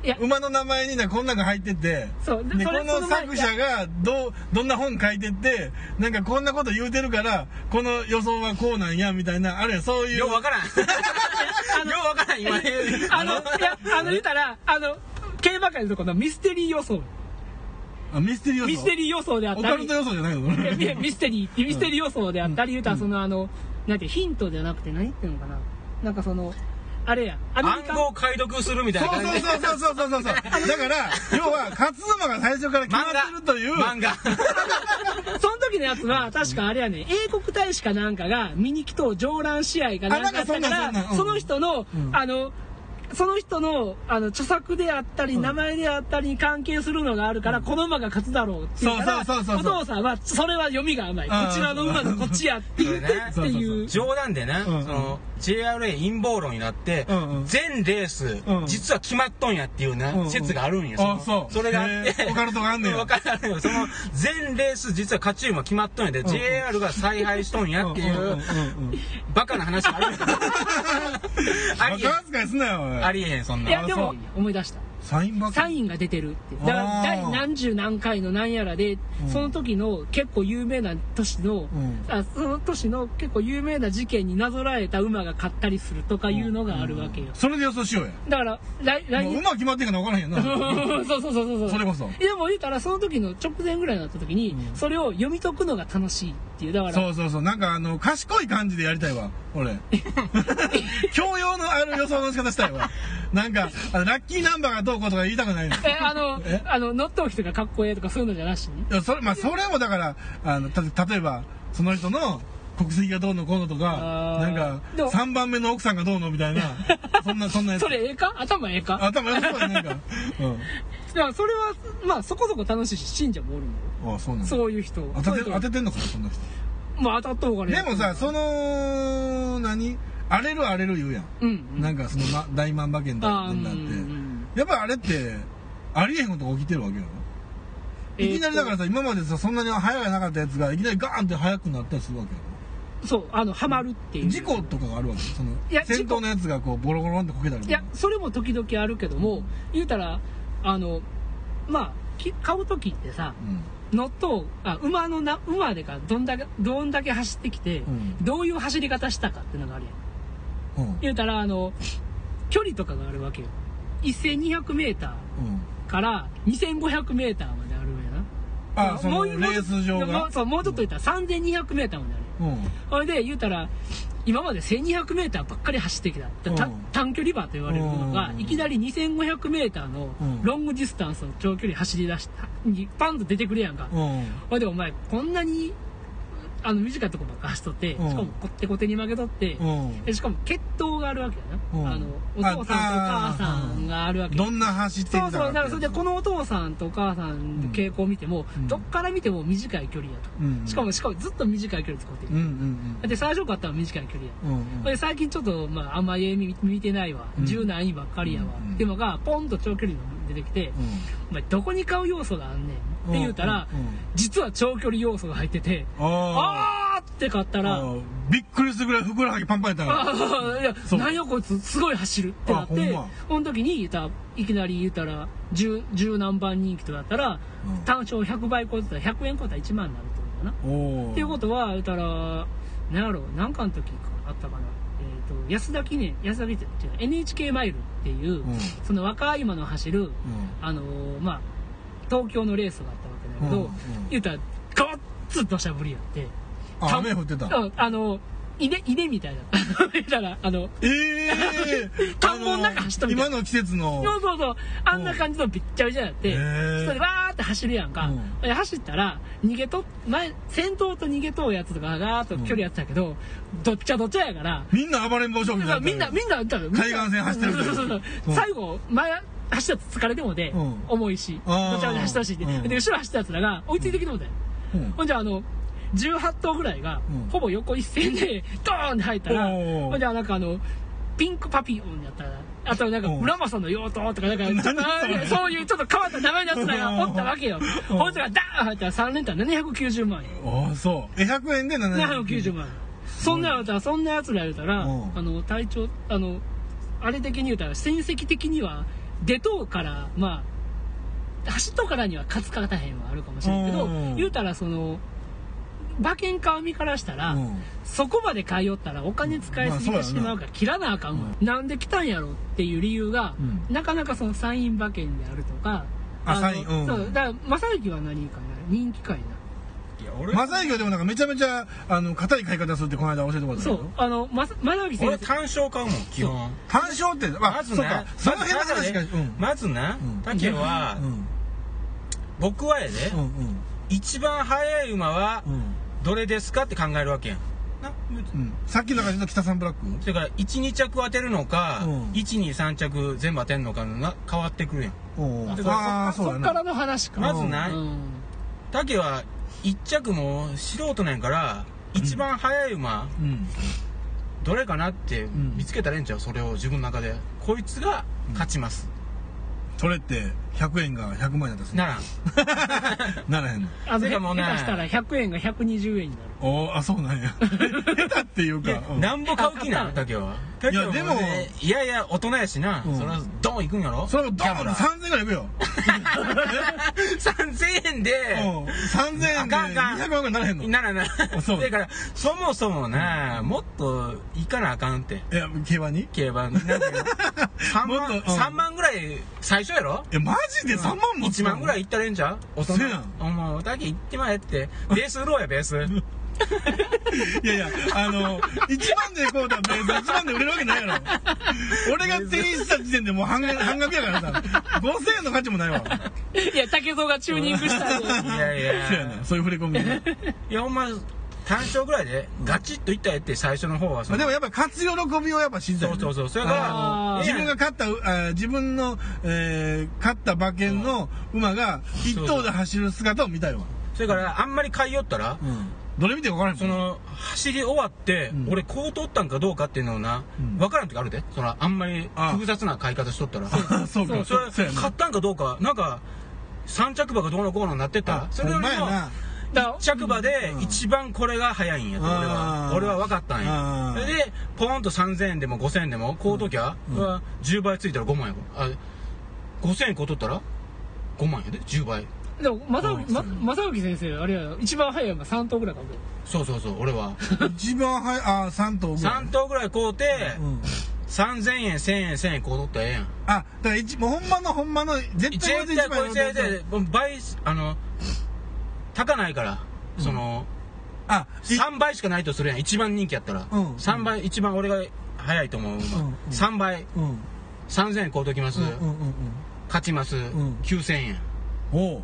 [SPEAKER 2] いや
[SPEAKER 1] 馬の名前になこんなんが入ってて
[SPEAKER 2] そうで
[SPEAKER 1] で
[SPEAKER 2] そ
[SPEAKER 1] こ
[SPEAKER 2] れそ
[SPEAKER 1] の
[SPEAKER 2] の前
[SPEAKER 1] 作者がどうどんな本書いてってなんかこんなこと言うてるからこの予想はこうなんやみたいなあれやそういう
[SPEAKER 3] ようわからん。よ
[SPEAKER 2] あの
[SPEAKER 3] うわからん、今言う。
[SPEAKER 2] あのいやあの言ったらあの競馬界のとこのミステリー予想
[SPEAKER 1] あミステリー予想
[SPEAKER 2] ミステリー予想であっ
[SPEAKER 1] オ
[SPEAKER 2] た
[SPEAKER 1] カ
[SPEAKER 2] り
[SPEAKER 1] ルト予想じゃないの
[SPEAKER 2] いやミミステリーミステリー予想であったり言うたらそのあのなんてヒントじゃなくて何っていうのかななんかそのあれやアメリ
[SPEAKER 3] 暗
[SPEAKER 2] カ
[SPEAKER 3] 号解読するみたいな
[SPEAKER 1] そう
[SPEAKER 3] 感じ
[SPEAKER 1] そう
[SPEAKER 3] で。
[SPEAKER 1] そうそうそうそうそうだから要は勝馬が最初から決まってるという
[SPEAKER 3] 漫画。
[SPEAKER 2] その時のやつは、確かあれやねん、英国大使かなんかが、ミニキと上覧試合かなんかやったか
[SPEAKER 1] あなんかそんなんそんなんう
[SPEAKER 2] ら、
[SPEAKER 1] ん
[SPEAKER 2] その人の、あの、その人の、あの、著作であったり、名前であったりに関係するのがあるから、この馬が勝つだろうって言ったら、
[SPEAKER 1] そうそうそうそう
[SPEAKER 2] お
[SPEAKER 1] そう
[SPEAKER 2] 父さんは、それは読みが甘い。こ
[SPEAKER 1] あー
[SPEAKER 2] ちらの馬のこっちやって言って、って
[SPEAKER 1] そうそうそう
[SPEAKER 2] いう。
[SPEAKER 3] 冗談でね、
[SPEAKER 1] うん
[SPEAKER 3] その JRA 陰謀論になって、
[SPEAKER 1] うんうん
[SPEAKER 3] 全レース、
[SPEAKER 1] うん
[SPEAKER 3] 実は決まっとんやっていうね、
[SPEAKER 1] うんうん
[SPEAKER 3] 説があるんや
[SPEAKER 1] あ
[SPEAKER 3] の
[SPEAKER 1] そう
[SPEAKER 3] それがあっ
[SPEAKER 1] へ
[SPEAKER 3] て
[SPEAKER 1] ーオカルトがあんねや
[SPEAKER 3] 分からんよその全レース実は勝ち馬決まっとんやで、
[SPEAKER 1] ん
[SPEAKER 3] JR が采配しとんやっていう、
[SPEAKER 1] んんんうん
[SPEAKER 3] バカな話あ るんやあ
[SPEAKER 1] バ
[SPEAKER 3] りえ
[SPEAKER 1] カ扱いすなよお
[SPEAKER 3] へんあ
[SPEAKER 1] い
[SPEAKER 3] りえへんそん
[SPEAKER 2] い
[SPEAKER 3] な
[SPEAKER 2] や、
[SPEAKER 3] ん
[SPEAKER 2] で
[SPEAKER 1] あ
[SPEAKER 2] も
[SPEAKER 1] そ、
[SPEAKER 2] 思い出した。
[SPEAKER 1] サインバッ
[SPEAKER 2] サインが出てるってだか
[SPEAKER 1] あー
[SPEAKER 2] ら第何十何回の何やらで、その時の結構有名な都市の、
[SPEAKER 1] ん
[SPEAKER 2] あその都市の結構有名な事件になぞらえた馬が買ったりするとかいうのがあるわけよ、
[SPEAKER 1] それで予想しようや
[SPEAKER 2] だから来来
[SPEAKER 1] もう
[SPEAKER 2] 年
[SPEAKER 1] 馬決まってんかな分からへんやんな
[SPEAKER 2] そうそうそうそうそう
[SPEAKER 1] それこそ
[SPEAKER 2] でも言うたらその時の直前ぐらいになった時に、
[SPEAKER 1] うん
[SPEAKER 2] それを読み解くのが楽しいっていうだから
[SPEAKER 1] そうそうそうなんかあの賢い感じでやりたいわ俺 教養のある予想の仕方したいわなんかあのラッキーナンバーがどうこうとか言いたくないのい
[SPEAKER 2] えあのあの乗っておきとかかっこええとかそういうのじゃなしに
[SPEAKER 1] やそれまあそれもだからあのた例えばその人の国籍がどうのこうのとか
[SPEAKER 2] あー
[SPEAKER 1] なんか
[SPEAKER 2] でも
[SPEAKER 1] 3番目の奥さんがどうのみたいなそ んなそんなやつ
[SPEAKER 2] それええか頭ええか
[SPEAKER 1] 頭良さそうやねなんか、うん
[SPEAKER 2] だからそれはまあそこそこ楽しいし信者もおるもん
[SPEAKER 1] あそうなんだ
[SPEAKER 2] そういう人
[SPEAKER 1] 当てて
[SPEAKER 2] そういう人
[SPEAKER 1] 当ててんのかなそんな人
[SPEAKER 2] まあ当たった方がね
[SPEAKER 1] でもさその何荒れる荒れる言うやん、
[SPEAKER 2] うんうん
[SPEAKER 1] なんかその、ま、大万馬券だ
[SPEAKER 2] あー
[SPEAKER 1] な
[SPEAKER 2] うんん
[SPEAKER 1] だって、
[SPEAKER 2] うん
[SPEAKER 1] やっぱあれってありえへんことが起きてるわけよ
[SPEAKER 2] えーっ
[SPEAKER 1] い
[SPEAKER 2] と
[SPEAKER 1] きなりだからさ、今までさそんなに速がなかったやつがいきなりガーンって速くなったりするわけよ
[SPEAKER 2] そうあのハマるっていう
[SPEAKER 1] 事故とかがあるわけよその
[SPEAKER 2] いや
[SPEAKER 1] 先頭のやつがこうボロボロンってこけたりと
[SPEAKER 2] い
[SPEAKER 1] か
[SPEAKER 2] やそれも時々あるけども言うたらあのまあき買う時ってさ
[SPEAKER 1] うん
[SPEAKER 2] 乗っとあ馬のな馬でかどんだけどんだけ走ってきて、
[SPEAKER 1] ん
[SPEAKER 2] どういう走り方したかっていうのがあるやん
[SPEAKER 1] うん
[SPEAKER 2] 言うたらあの距離とかがあるわけよ 1200m
[SPEAKER 1] うん
[SPEAKER 2] から 2500m まであるんやな
[SPEAKER 1] あその
[SPEAKER 2] う
[SPEAKER 1] レ
[SPEAKER 2] もう
[SPEAKER 1] ース場
[SPEAKER 2] も
[SPEAKER 1] が
[SPEAKER 2] うそうもうちょっと言ったら 3200m まである
[SPEAKER 1] うん
[SPEAKER 2] それで言うたら今まで 1200m ばっかり走ってきた
[SPEAKER 1] うん
[SPEAKER 2] た短距離馬と言われるものが
[SPEAKER 1] うん
[SPEAKER 2] いきなり 2500m の
[SPEAKER 1] うん
[SPEAKER 2] ロングディスタンスの長距離走り出したにパンと出てくるやんか
[SPEAKER 1] うん
[SPEAKER 2] ほいでお前こんなにあの短いとこばっか走っとってしか
[SPEAKER 1] うん
[SPEAKER 2] もこってこてに負けとって
[SPEAKER 1] うん
[SPEAKER 2] でしかも血統があるわけだ
[SPEAKER 1] うん
[SPEAKER 2] なあのお父さんとお母さんがあるわけ
[SPEAKER 1] どんな走ってきた
[SPEAKER 2] そうそうだからそれでこ
[SPEAKER 1] の
[SPEAKER 2] のお父さんとお母さんの傾向を見ても、
[SPEAKER 1] うん
[SPEAKER 2] どっから見ても短い距離やと、
[SPEAKER 1] うん
[SPEAKER 2] しかもしかもずっと短い距離使って
[SPEAKER 1] う
[SPEAKER 2] る、
[SPEAKER 1] んう
[SPEAKER 2] だ
[SPEAKER 1] ん
[SPEAKER 2] って最初買ったら短い距離や
[SPEAKER 1] うんうんうん
[SPEAKER 2] これ最近ちょっと、まあ、あんまりえ見見てないわ、
[SPEAKER 1] うん
[SPEAKER 2] 柔軟いばっかりやわ、
[SPEAKER 1] うん
[SPEAKER 2] っていうのがポンと長距離の出てきて、お前どこに買う要素があんねんって言うたら、
[SPEAKER 1] うんうんうん
[SPEAKER 2] 実は長距離要素が入ってて、
[SPEAKER 1] あ
[SPEAKER 2] あーって買った
[SPEAKER 1] ー
[SPEAKER 2] ら、
[SPEAKER 1] あーびっくりするぐらいふくらはぎパンパンやったから
[SPEAKER 2] ああいや
[SPEAKER 1] そう
[SPEAKER 2] なんやこいつすごい走るってなっ
[SPEAKER 1] あほん
[SPEAKER 2] て
[SPEAKER 1] ま
[SPEAKER 2] この時に言ったらいきなり言ったら十十何番人気とだったら、
[SPEAKER 1] うん
[SPEAKER 2] 単勝100倍超えてたら100円超えたら1万になるってことかな、
[SPEAKER 1] おお
[SPEAKER 2] っていうことは言ったら何やろ何かの時あったかなえーと安田記念安田記念っていうの NHK マイルっていう、
[SPEAKER 1] うん
[SPEAKER 2] その若い馬の走る
[SPEAKER 1] う
[SPEAKER 2] あのーまあ東京のレースがあったわけだけど、
[SPEAKER 1] うんうん
[SPEAKER 2] 言ったらガッツ土砂降りやって
[SPEAKER 1] んあ
[SPEAKER 2] た
[SPEAKER 1] 雨降ってた
[SPEAKER 2] うんあの稲稲みたいな 言ったらあの
[SPEAKER 1] ええ
[SPEAKER 2] 田んぼの中走ったみたい
[SPEAKER 1] 今の季節の
[SPEAKER 2] そうそうそうあんな感じのびっちゃびちゃやって
[SPEAKER 1] へ
[SPEAKER 2] そ
[SPEAKER 1] ー
[SPEAKER 2] れでわーって走るやんか、
[SPEAKER 1] うん
[SPEAKER 2] で走ったら逃げと前先頭と逃げとうやつとかがガーッと距離やってたけど、どっちゃどっちゃやから
[SPEAKER 1] みんな暴れん坊将
[SPEAKER 2] だ
[SPEAKER 1] 軍
[SPEAKER 2] からみんなみんな多分みんな
[SPEAKER 1] 海岸線走ってる
[SPEAKER 2] そうそうそう
[SPEAKER 1] うん
[SPEAKER 2] 最後前走ったやつ疲れてもうて、
[SPEAKER 1] うん
[SPEAKER 2] 重いしど
[SPEAKER 1] あー
[SPEAKER 2] ちゃどちゃ走ったしで,、
[SPEAKER 1] うん
[SPEAKER 2] で後ろ走ったやつらが追いついてきてもうて、
[SPEAKER 1] うん
[SPEAKER 2] ほんじゃあの18頭ぐらいが、
[SPEAKER 1] うん
[SPEAKER 2] ほぼ横一線でドーンって入ったら
[SPEAKER 1] おー
[SPEAKER 2] ほんじゃあなんかあのピンクパピオンやったらあとなんか
[SPEAKER 1] うん
[SPEAKER 2] 浦正の妖刀とかなんかちょっと
[SPEAKER 1] 何それ
[SPEAKER 2] そういうちょっと変わった名前のやつらがおったわけよ
[SPEAKER 1] うん
[SPEAKER 2] ほんじゃダーン入ったら3連単790万円
[SPEAKER 1] ああそうえ100円で7
[SPEAKER 2] 790万円そんなやったらそんなやつらやれたら
[SPEAKER 1] うん
[SPEAKER 2] あの体調あのあれ的に言うたら戦績的には出とうからまあ走っとうからには勝つか勝たへんはあるかもしれんけど
[SPEAKER 1] うん
[SPEAKER 2] 言うたらその馬券買う身からしたら、
[SPEAKER 1] うん
[SPEAKER 2] そこまで買いよったらお金使いすぎ
[SPEAKER 1] まあ
[SPEAKER 2] て
[SPEAKER 1] そ
[SPEAKER 2] し
[SPEAKER 1] うやな
[SPEAKER 2] まうから切らなあかんわ、なんで来たんやろっていう理由が、
[SPEAKER 1] う
[SPEAKER 2] なかなかそのサイン馬券であるとか
[SPEAKER 1] あ
[SPEAKER 2] の
[SPEAKER 1] サインうん
[SPEAKER 2] そうだから正行は何かな人気かいな
[SPEAKER 3] や俺
[SPEAKER 1] マサイ業でもなんかめちゃめちゃあの硬い買い方するってこの間教えてもらった
[SPEAKER 2] そ
[SPEAKER 1] よ
[SPEAKER 2] うあのまさ正行
[SPEAKER 3] 俺
[SPEAKER 2] 先
[SPEAKER 3] は
[SPEAKER 2] 生
[SPEAKER 3] 単勝買うもん基本
[SPEAKER 1] 単勝ってま
[SPEAKER 3] ま
[SPEAKER 1] あ
[SPEAKER 3] ず
[SPEAKER 1] そう
[SPEAKER 3] ね
[SPEAKER 1] かその辺の話がうん
[SPEAKER 3] まずね
[SPEAKER 1] うん
[SPEAKER 3] タケは
[SPEAKER 1] うん
[SPEAKER 3] 僕はやで
[SPEAKER 1] うんうん
[SPEAKER 3] 一番速い馬は
[SPEAKER 1] うん
[SPEAKER 3] どれですかって考えるわけやんな
[SPEAKER 1] うんさっきの話の北さんブラック
[SPEAKER 3] だから12着当てるのか
[SPEAKER 1] うん
[SPEAKER 3] 123着全部当てるのかが変わってくるやん
[SPEAKER 1] お
[SPEAKER 3] だ
[SPEAKER 1] ー
[SPEAKER 3] から
[SPEAKER 1] あーそう
[SPEAKER 2] そ
[SPEAKER 1] や
[SPEAKER 2] っか
[SPEAKER 1] な
[SPEAKER 2] らの話か
[SPEAKER 3] まずな
[SPEAKER 2] うん
[SPEAKER 3] タケは1着も素人なんやから一番速い馬
[SPEAKER 1] うん
[SPEAKER 3] どれかなって
[SPEAKER 1] ん
[SPEAKER 3] 見つけたらええんちゃうそれを自分の中でこいつが勝ちます
[SPEAKER 1] それって100円が100万円だったりする
[SPEAKER 3] ならん
[SPEAKER 1] ならへんの
[SPEAKER 2] あの
[SPEAKER 3] てかもうね
[SPEAKER 2] 下手したら100円が120円になる
[SPEAKER 1] おーあそうなんや下手っていう
[SPEAKER 3] いや
[SPEAKER 1] かうん
[SPEAKER 3] なんぼ買う気なだけはだけはもう
[SPEAKER 1] い
[SPEAKER 3] ね
[SPEAKER 1] やでも
[SPEAKER 3] いやいや大人やしな、
[SPEAKER 1] うん
[SPEAKER 3] それはドンいくんやろ
[SPEAKER 1] それもドーン
[SPEAKER 3] ギャンブラー
[SPEAKER 1] 3000円ぐらいいくよ
[SPEAKER 3] 3000円で
[SPEAKER 1] うん3000円で
[SPEAKER 3] あかんあかん
[SPEAKER 1] 200万ぐらいならへんの
[SPEAKER 3] ならな
[SPEAKER 1] そう
[SPEAKER 3] だからそもそもな、もっといかなあかんって
[SPEAKER 1] いや競馬にい
[SPEAKER 3] 競馬なんか3万
[SPEAKER 1] もっとうん
[SPEAKER 3] 3万ぐらい最初やろ
[SPEAKER 1] やマジで3万も
[SPEAKER 3] 1万ぐらいいったらええんちゃう大人
[SPEAKER 1] せやん
[SPEAKER 3] お前だけ行ってまえってベース売ろうやベース
[SPEAKER 1] いやいや、あの、1万でこうだって、1万で売れるわけないや ろ。俺が店員した時点でもう半額半額やからさ、5000円の価値もないわ。
[SPEAKER 2] いや竹蔵がチューニングしたん で
[SPEAKER 3] いやい
[SPEAKER 1] そうやな、
[SPEAKER 3] や
[SPEAKER 1] そういう振り込みね。
[SPEAKER 3] いやお前単勝ぐらいでガチッといったらええって最初の方はそ
[SPEAKER 1] まあ
[SPEAKER 3] の
[SPEAKER 1] でもやっぱ勝つ喜びをやっぱ知りたいよ
[SPEAKER 3] そう
[SPEAKER 1] ね、
[SPEAKER 3] そうそうそれから
[SPEAKER 2] あー
[SPEAKER 1] 自分が勝った、あー自分の、えー勝った馬券の馬が一頭で走る姿を見たいわ。
[SPEAKER 3] それからあんまり買い寄ったら、
[SPEAKER 1] うんどれ見ても分からん
[SPEAKER 3] その走り終わって、
[SPEAKER 1] うん
[SPEAKER 3] 俺こう通ったんかどうかっていうのをな、
[SPEAKER 1] うん
[SPEAKER 3] 分からん時あるでそのあんまり
[SPEAKER 1] ああ
[SPEAKER 3] 複雑な買い方しとったら
[SPEAKER 1] あ そうか
[SPEAKER 3] それ
[SPEAKER 1] そうやな
[SPEAKER 3] 買ったんかどうかなんか3着馬がどうのこうのなってたらそれ
[SPEAKER 1] ほ
[SPEAKER 3] よ
[SPEAKER 1] ん
[SPEAKER 3] り
[SPEAKER 1] まや
[SPEAKER 3] も
[SPEAKER 1] な
[SPEAKER 2] だ
[SPEAKER 3] 1着馬で
[SPEAKER 1] うん
[SPEAKER 3] 一番これが早いんやと俺
[SPEAKER 1] あ
[SPEAKER 3] は
[SPEAKER 1] あ
[SPEAKER 3] 俺は分かったん
[SPEAKER 1] ああ
[SPEAKER 3] やそれでポーンと3000円でも5000円でも買うときゃ、
[SPEAKER 1] うん
[SPEAKER 3] は10倍ついたら5万やからあ5000円買うとったら5万やで10倍
[SPEAKER 2] でもまさ
[SPEAKER 3] うん
[SPEAKER 2] ま正幸先生あれや一番早いのが3頭ぐらいかも
[SPEAKER 3] そうそうそう 俺は
[SPEAKER 1] 一番早いあ三3頭ぐらい
[SPEAKER 3] 3頭ぐらい買うて、
[SPEAKER 1] うん
[SPEAKER 3] 3000円1000円1000円こう取ったらええやん
[SPEAKER 1] あだから一もうほんまのほんまの絶
[SPEAKER 3] 一
[SPEAKER 1] 対
[SPEAKER 3] 円
[SPEAKER 1] 俺
[SPEAKER 3] で
[SPEAKER 1] で一番
[SPEAKER 3] こいつや
[SPEAKER 1] やるやつ
[SPEAKER 3] で倍あの高ないから、その
[SPEAKER 1] あい
[SPEAKER 3] 3倍しかないとするやん一番人気やったら、
[SPEAKER 1] うん
[SPEAKER 3] 3倍一番俺が早いと思う、馬
[SPEAKER 1] うん
[SPEAKER 3] 3倍
[SPEAKER 1] うん
[SPEAKER 3] 3000円買うときます、
[SPEAKER 1] うんうんうん
[SPEAKER 3] 勝ちます、
[SPEAKER 1] ん
[SPEAKER 3] 9000円
[SPEAKER 1] うんおう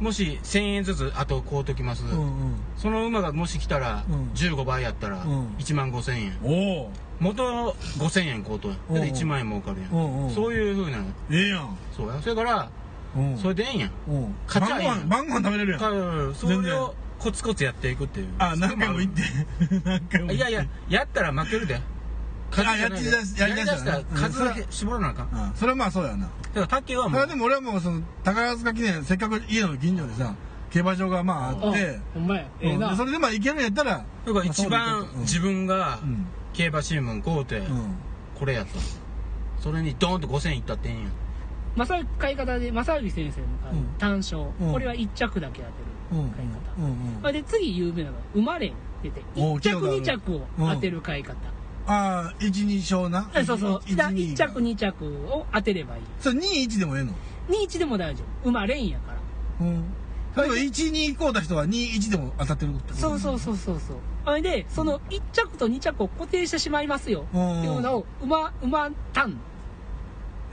[SPEAKER 3] もし1000円ずつあと買うときます、
[SPEAKER 1] うんうん
[SPEAKER 3] その馬がもし来たら、
[SPEAKER 1] うん
[SPEAKER 3] 15倍やったら
[SPEAKER 1] うん
[SPEAKER 3] 1万5000円、
[SPEAKER 1] おう
[SPEAKER 3] 元5000円買うとや
[SPEAKER 1] うんうん
[SPEAKER 3] 1万円儲かるやん、
[SPEAKER 1] うんうん
[SPEAKER 3] そういうふうな
[SPEAKER 1] ええやん
[SPEAKER 3] そうやそれから、
[SPEAKER 1] うん
[SPEAKER 3] それでええんやん
[SPEAKER 1] うん
[SPEAKER 3] 勝ちゃ
[SPEAKER 1] 晩
[SPEAKER 3] ええや
[SPEAKER 1] ご飯
[SPEAKER 3] ん
[SPEAKER 1] 晩ご飯食べれるやん
[SPEAKER 3] うんそれをコツコツやっていくっていう
[SPEAKER 1] あ何回も言っ て何回も
[SPEAKER 3] いやいややったら負けるで
[SPEAKER 1] あやってだしやりだ
[SPEAKER 3] や
[SPEAKER 1] し
[SPEAKER 3] り
[SPEAKER 1] た
[SPEAKER 3] だ
[SPEAKER 1] ら
[SPEAKER 3] したら数だけ絞らなあかんだ
[SPEAKER 1] うんそれはまあそうやな
[SPEAKER 3] から竹は
[SPEAKER 1] た
[SPEAKER 3] もう
[SPEAKER 1] だでも俺はもうその宝塚記念せっかく家の近所でさ競馬場がまああ
[SPEAKER 2] あ
[SPEAKER 1] って
[SPEAKER 2] ほんまやええ
[SPEAKER 1] うん
[SPEAKER 2] な
[SPEAKER 1] でそれでまあ行けるんやったら
[SPEAKER 3] だから一
[SPEAKER 1] まあ
[SPEAKER 3] 番
[SPEAKER 1] そうで
[SPEAKER 3] 自
[SPEAKER 1] 行こ
[SPEAKER 3] 分が
[SPEAKER 1] ううん
[SPEAKER 3] 競馬新聞買うて
[SPEAKER 1] うん
[SPEAKER 3] これやったそれにドーンと5000いったってええんや
[SPEAKER 2] 正幸買い方で正幸先生の買い
[SPEAKER 1] うん
[SPEAKER 2] 単勝
[SPEAKER 1] うん
[SPEAKER 2] これは1着だけ当てる買い方
[SPEAKER 1] うんうんうん
[SPEAKER 2] まあで次有名なのが生まれんって言って
[SPEAKER 1] おー
[SPEAKER 2] 1
[SPEAKER 1] 聞いた
[SPEAKER 2] 着
[SPEAKER 1] ことある
[SPEAKER 2] 2着を当てる買い方
[SPEAKER 1] ああ12勝な
[SPEAKER 2] そうそう
[SPEAKER 1] 一
[SPEAKER 2] だ1着
[SPEAKER 1] 二
[SPEAKER 2] 2着を当てればいい
[SPEAKER 1] それ21でもええの
[SPEAKER 2] 21でも大丈夫生まれんやから
[SPEAKER 1] うん例えば12こうた人は21でも当たってるってこと
[SPEAKER 2] そうそうそうそうそうあれでその1着と2着を固定してしまいますよって
[SPEAKER 1] うん
[SPEAKER 2] いうのを馬馬タン